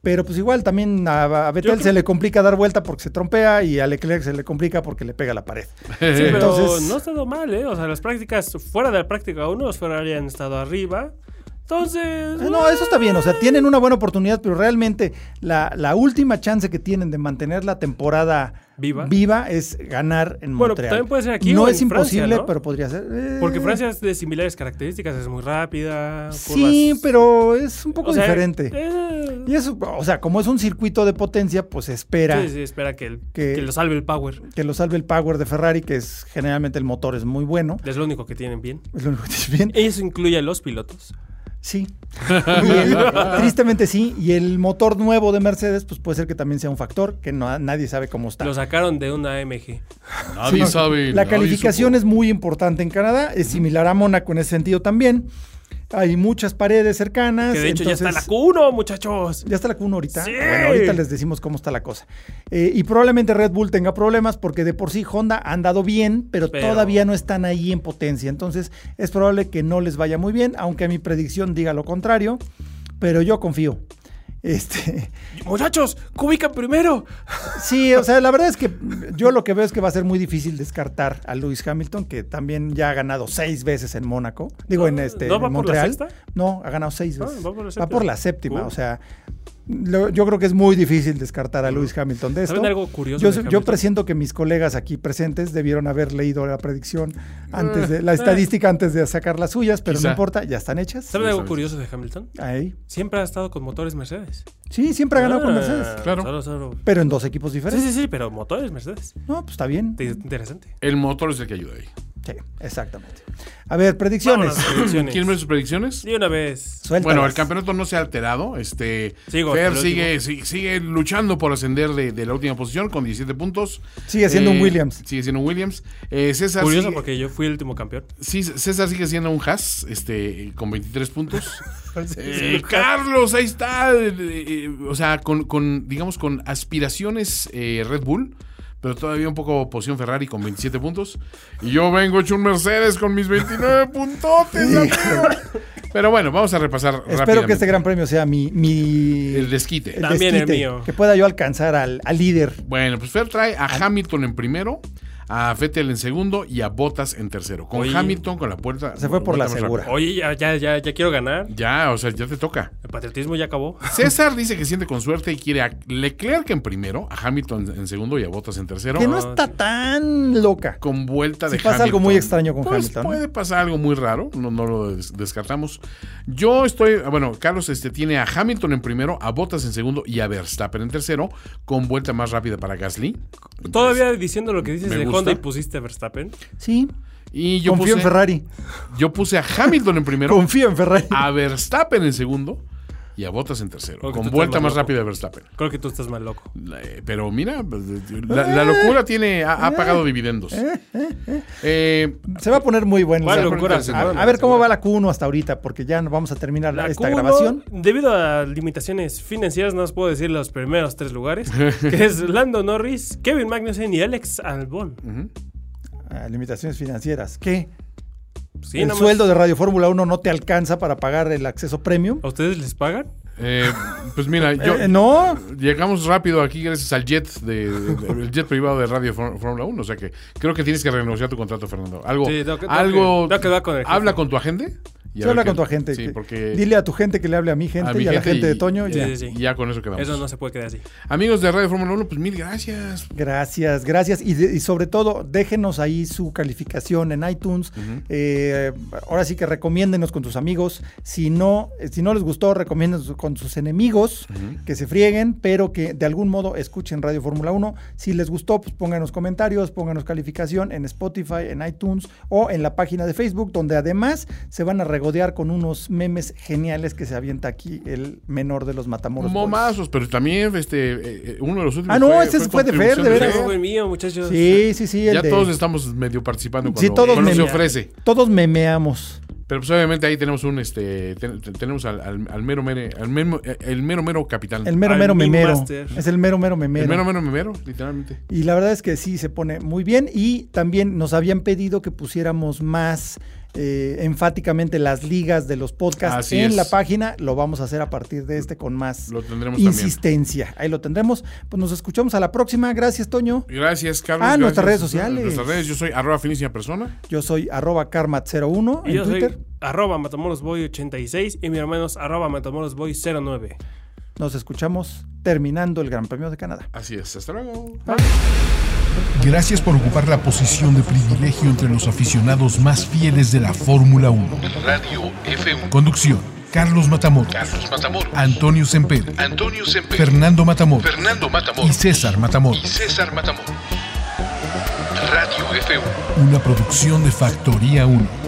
Speaker 1: Pero pues igual también a, a Vettel
Speaker 3: creo-
Speaker 1: se le complica dar vuelta porque se trompea y a Leclerc se le complica porque le pega la pared.
Speaker 3: Sí, pero
Speaker 1: Entonces-
Speaker 3: no ha estado mal, ¿eh? O sea, las prácticas fuera de la práctica 1, los Ferrari han estado arriba. Entonces.
Speaker 1: Ah, No, eso está bien, o sea, tienen una buena oportunidad, pero realmente la, la última chance que tienen de mantener la temporada
Speaker 3: Viva.
Speaker 1: es ganar en
Speaker 3: Bueno,
Speaker 1: Montreal.
Speaker 3: también puede ser aquí
Speaker 1: No
Speaker 3: o
Speaker 1: es
Speaker 3: en
Speaker 1: imposible,
Speaker 3: Francia, ¿no?
Speaker 1: pero podría ser. Eh,
Speaker 3: Porque Francia es de similares características, es muy rápida.
Speaker 1: Sí,
Speaker 3: curvas-
Speaker 1: pero es un
Speaker 3: o
Speaker 1: poco
Speaker 3: sea,
Speaker 1: diferente.
Speaker 3: eh,
Speaker 1: Y eso, o sea, como es un circuito de potencia, pues espera
Speaker 3: sí, sí, espera que, el-
Speaker 1: Que-
Speaker 3: que lo salve el power.
Speaker 1: que lo salve el power de Ferrari, que es generalmente el motor es muy bueno.
Speaker 3: Es lo único que tienen bien.
Speaker 1: Es lo único que tiene bien.
Speaker 3: Eso incluye a los pilotos.
Speaker 1: Sí. Y el- tristemente sí. Y el motor nuevo de Mercedes, pues puede ser que también sea un factor, que no, nadie sabe cómo está.
Speaker 3: Lo sacaron de una AMG.
Speaker 2: Nadie
Speaker 1: Sí,
Speaker 2: sabe.
Speaker 1: La
Speaker 2: nadie
Speaker 1: calificación
Speaker 2: supo.
Speaker 1: es muy importante en Canadá, es similar a Mónaco en ese sentido también. Hay muchas paredes cercanas.
Speaker 3: Que de hecho ya está
Speaker 1: entonces-
Speaker 3: la Q1, muchachos.
Speaker 1: ya está la Q1 ahorita. Ah,
Speaker 3: Sí.
Speaker 1: Bueno, ahorita les decimos cómo está la cosa. Eh, y probablemente Red Bull tenga problemas porque de por sí Honda ha andado bien, pero,
Speaker 3: Pero-
Speaker 1: todavía no están ahí en potencia. Entonces es probable que no les vaya muy bien, aunque mi predicción diga lo contrario. Pero yo confío. Este,
Speaker 3: Muchachos, Kubica primero.
Speaker 1: sí, o sea, la verdad es que yo lo que veo es que va a ser muy difícil descartar a Lewis Hamilton, que también ya ha ganado seis veces en Mónaco. Digo, en este
Speaker 3: Ah, ¿No
Speaker 1: en
Speaker 3: va por la
Speaker 1: Montreal.
Speaker 3: sexta?
Speaker 1: No, ha ganado seis
Speaker 3: Ah,
Speaker 1: veces.
Speaker 3: va por la
Speaker 1: va
Speaker 3: séptima.
Speaker 1: por la séptima.
Speaker 3: Uh.
Speaker 1: O sea, lo- yo creo que es muy difícil descartar a Lewis Hamilton de esto.
Speaker 3: ¿Saben algo curioso
Speaker 1: Yo,
Speaker 3: de
Speaker 1: yo
Speaker 3: Hamilton?
Speaker 1: presiento que mis colegas aquí presentes debieron haber leído la predicción
Speaker 3: Ah,
Speaker 1: antes de la estadística antes de sacar las suyas, pero
Speaker 2: Quizá.
Speaker 1: no importa, ya están hechas.
Speaker 3: ¿Saben algo curioso de Hamilton?
Speaker 1: Ahí.
Speaker 3: Siempre ha estado con motores Mercedes.
Speaker 1: Sí, siempre ha ganado con
Speaker 3: Ah,
Speaker 1: Mercedes,
Speaker 2: Claro.
Speaker 3: solo- solo-
Speaker 1: pero en dos equipos
Speaker 3: Sí,
Speaker 1: diferentes.
Speaker 3: sí, sí, pero motores Mercedes.
Speaker 1: No, pues está bien.
Speaker 3: Te- Interesante.
Speaker 2: El motor es el que ayuda ahí.
Speaker 1: Sí, exactamente. A ver,
Speaker 3: Vámonos,
Speaker 1: predicciones.
Speaker 3: predicciones.
Speaker 2: ¿Quieren ver sus predicciones?
Speaker 3: De una vez.
Speaker 1: Suéltalas.
Speaker 2: Bueno, el campeonato no se ha alterado. Este,
Speaker 3: Sigo hasta
Speaker 2: Fer
Speaker 3: el
Speaker 2: sigue, si- sigue luchando por ascender de, de la última posición con 17 puntos. Eh,
Speaker 1: Sigue siendo un Williams.
Speaker 2: Sigue siendo un Williams. Eh, César,
Speaker 3: Curioso
Speaker 2: sigue,
Speaker 3: porque yo fui el último campeón.
Speaker 2: sí, César sigue siendo un Haas este, con 23 puntos. Eh,
Speaker 3: Sí.
Speaker 2: Carlos, ahí está. eh, eh, o sea, con, con, digamos, con aspiraciones eh, Red Bull, pero todavía un poco posición Ferrari con 27 puntos. Y yo vengo hecho un Mercedes con mis 29 puntotes. amigo. Pero bueno, vamos a repasar
Speaker 1: Espero
Speaker 2: rápidamente.
Speaker 1: que este gran premio sea mi, mi
Speaker 2: El desquite.
Speaker 1: el
Speaker 3: También el
Speaker 1: desquite,
Speaker 3: mío.
Speaker 1: Que pueda yo alcanzar al, al líder.
Speaker 2: Bueno, pues Fer trae a Hamilton en primero, a Vettel en segundo y a Bottas en tercero. Con
Speaker 3: Oye.
Speaker 2: Hamilton con la puerta.
Speaker 1: Se fue por la
Speaker 2: vuelta más
Speaker 1: segura.
Speaker 2: rápida.
Speaker 3: Oye, ya, ya, ya, ya quiero ganar.
Speaker 2: Ya, o sea, ya te toca.
Speaker 3: El patriotismo ya acabó.
Speaker 2: César dice que siente con suerte y quiere a Leclerc en primero, a Hamilton en segundo y a Bottas en tercero.
Speaker 1: que no está tan loca.
Speaker 2: Con vuelta de
Speaker 1: Si pasa algo
Speaker 2: Hamilton.
Speaker 1: muy extraño con
Speaker 2: Pues
Speaker 1: Hamilton, ¿eh? ¿no?
Speaker 2: Puede pasar algo muy raro, no, no lo des- descartamos. Yo estoy, bueno, Carlos este, tiene a Hamilton en primero, a Bottas en segundo y a Verstappen en tercero, con vuelta más rápida para Gasly.
Speaker 3: Todavía diciendo lo que dices
Speaker 2: Me
Speaker 3: de
Speaker 2: gusta.
Speaker 3: Honda y pusiste a Verstappen.
Speaker 1: Sí.
Speaker 2: Y yo
Speaker 1: confío
Speaker 2: puse,
Speaker 1: en Ferrari.
Speaker 2: Yo puse a Hamilton en primero, Ah.
Speaker 1: Confío en Ferrari.
Speaker 2: a Verstappen en segundo, y a Botas en tercero.
Speaker 3: Creo que tú
Speaker 2: Con
Speaker 3: estás
Speaker 2: vuelta
Speaker 3: más
Speaker 2: más
Speaker 3: loco.
Speaker 2: rápida de Verstappen.
Speaker 3: Creo que tú estás mal loco.
Speaker 2: La- eh, Pero mira, la,
Speaker 1: Eh,
Speaker 2: la locura tiene, ha, ha pagado dividendos. Eh,
Speaker 1: Se va a poner muy bueno.
Speaker 3: ¿Cuál
Speaker 1: o sea,
Speaker 3: locura?
Speaker 1: a, a ver cómo va la Q1 hasta ahorita, porque ya no vamos a terminar
Speaker 3: La
Speaker 1: esta
Speaker 3: Q1,
Speaker 1: grabación.
Speaker 3: Debido a limitaciones financieras, no os puedo decir los primeros tres lugares, que es Lando Norris, Kevin Magnussen y Alex Albon.
Speaker 1: Ah, limitaciones financieras. ¿Qué?
Speaker 3: Sí,
Speaker 1: el
Speaker 3: nada más.
Speaker 1: sueldo de Radio Fórmula 1 no te alcanza para pagar el acceso premium.
Speaker 3: ¿A ustedes les pagan?
Speaker 2: eh, pues mira, yo,
Speaker 1: Eh, no,
Speaker 2: Llegamos rápido aquí gracias al jet de, de- el jet privado de Radio Fór- Fórmula 1, o sea que creo que tienes que renegociar tu contrato, Fernando. Algo,
Speaker 3: Sí, tengo que- tengo
Speaker 2: algo
Speaker 3: que- tengo que hablar con el jefe.
Speaker 2: habla con tu agente. y a
Speaker 1: se
Speaker 2: ver
Speaker 1: habla
Speaker 2: qué-
Speaker 1: con tu agente.
Speaker 2: Sí,
Speaker 1: que-
Speaker 2: porque
Speaker 1: Dile a tu gente que le hable a mi gente
Speaker 2: mi
Speaker 1: y a la
Speaker 2: gente
Speaker 1: gente
Speaker 2: y-
Speaker 1: de Toño.
Speaker 3: Sí,
Speaker 1: ya.
Speaker 3: sí, sí.
Speaker 2: ya con eso quedamos.
Speaker 3: Eso no se puede quedar así.
Speaker 2: Amigos de Radio Fórmula 1, pues mil gracias.
Speaker 1: Gracias, gracias. Y, de- y sobre todo, déjenos ahí su calificación en iTunes. Eh, ahora sí que recomiéndenos con tus amigos. Si no, eh, si no les gustó, recomiéndenos con sus enemigos que se frieguen, pero que de algún modo escuchen Radio Fórmula 1. Si les gustó, pues pónganos comentarios, pónganos calificación en Spotify, en iTunes o en la página de Facebook, donde además se van a regodear con unos memes geniales que se avienta aquí el menor de los matamoros. Boys.
Speaker 2: Momazos, pero también este eh, eh, uno de los últimos
Speaker 1: pues. Ah, no, ese fue de Fer,
Speaker 2: contribución
Speaker 1: de veras.
Speaker 3: Pero fue mío, muchachos.
Speaker 1: Sí, sí, sí. el
Speaker 2: Ya
Speaker 1: de-
Speaker 2: todos estamos medio participando cuando,
Speaker 1: Sí, todos
Speaker 2: cuando se
Speaker 1: medio.
Speaker 2: ofrece.
Speaker 1: Todos memeamos.
Speaker 2: Pero pues obviamente ahí tenemos un este ten- ten- tenemos al, al- al mero mere- al mero- el mero mero capitán.
Speaker 1: El mero,
Speaker 3: Al
Speaker 1: mero
Speaker 3: Meme
Speaker 1: memero.
Speaker 3: Master.
Speaker 1: Es el mero, mero memero.
Speaker 2: el mero mero mero, literalmente.
Speaker 1: Y la verdad es que sí, se pone muy bien. Y también nos habían pedido que pusiéramos más eh, enfáticamente las ligas de los podcasts
Speaker 2: Así
Speaker 1: en
Speaker 2: es.
Speaker 1: la página. Lo vamos a hacer a partir de este con más
Speaker 2: Lo tendremos
Speaker 1: insistencia. Ahí lo tendremos. Pues nos escuchamos a la próxima. Gracias, Toño.
Speaker 2: también. Gracias, Carlos.
Speaker 1: Ah,
Speaker 2: gracias.
Speaker 1: nuestras redes sociales.
Speaker 2: Nuestras redes, yo soy arroba finísima persona.
Speaker 1: Yo soy arroba karmat01
Speaker 3: Y
Speaker 1: en
Speaker 3: yo
Speaker 1: Twitter.
Speaker 3: soy arroba matamorosboy86 y mi hermano es arroba matamorosboy09.
Speaker 1: Nos escuchamos terminando el Gran Premio de Canadá.
Speaker 2: Así es, hasta luego.
Speaker 4: Gracias por ocupar la posición de privilegio entre los aficionados más fieles de la Fórmula 1.
Speaker 7: Radio F1.
Speaker 4: Conducción: Carlos Matamoros,
Speaker 7: Carlos Matamoros.
Speaker 4: Antonio Semper,
Speaker 7: Antonio Semper.
Speaker 4: Fernando Matamoros
Speaker 7: Fernando
Speaker 4: y
Speaker 7: Matamoros.
Speaker 4: César
Speaker 7: Y
Speaker 4: Matamoros.
Speaker 7: César Matamoros. Radio F1.
Speaker 4: Una producción de Factoría 1.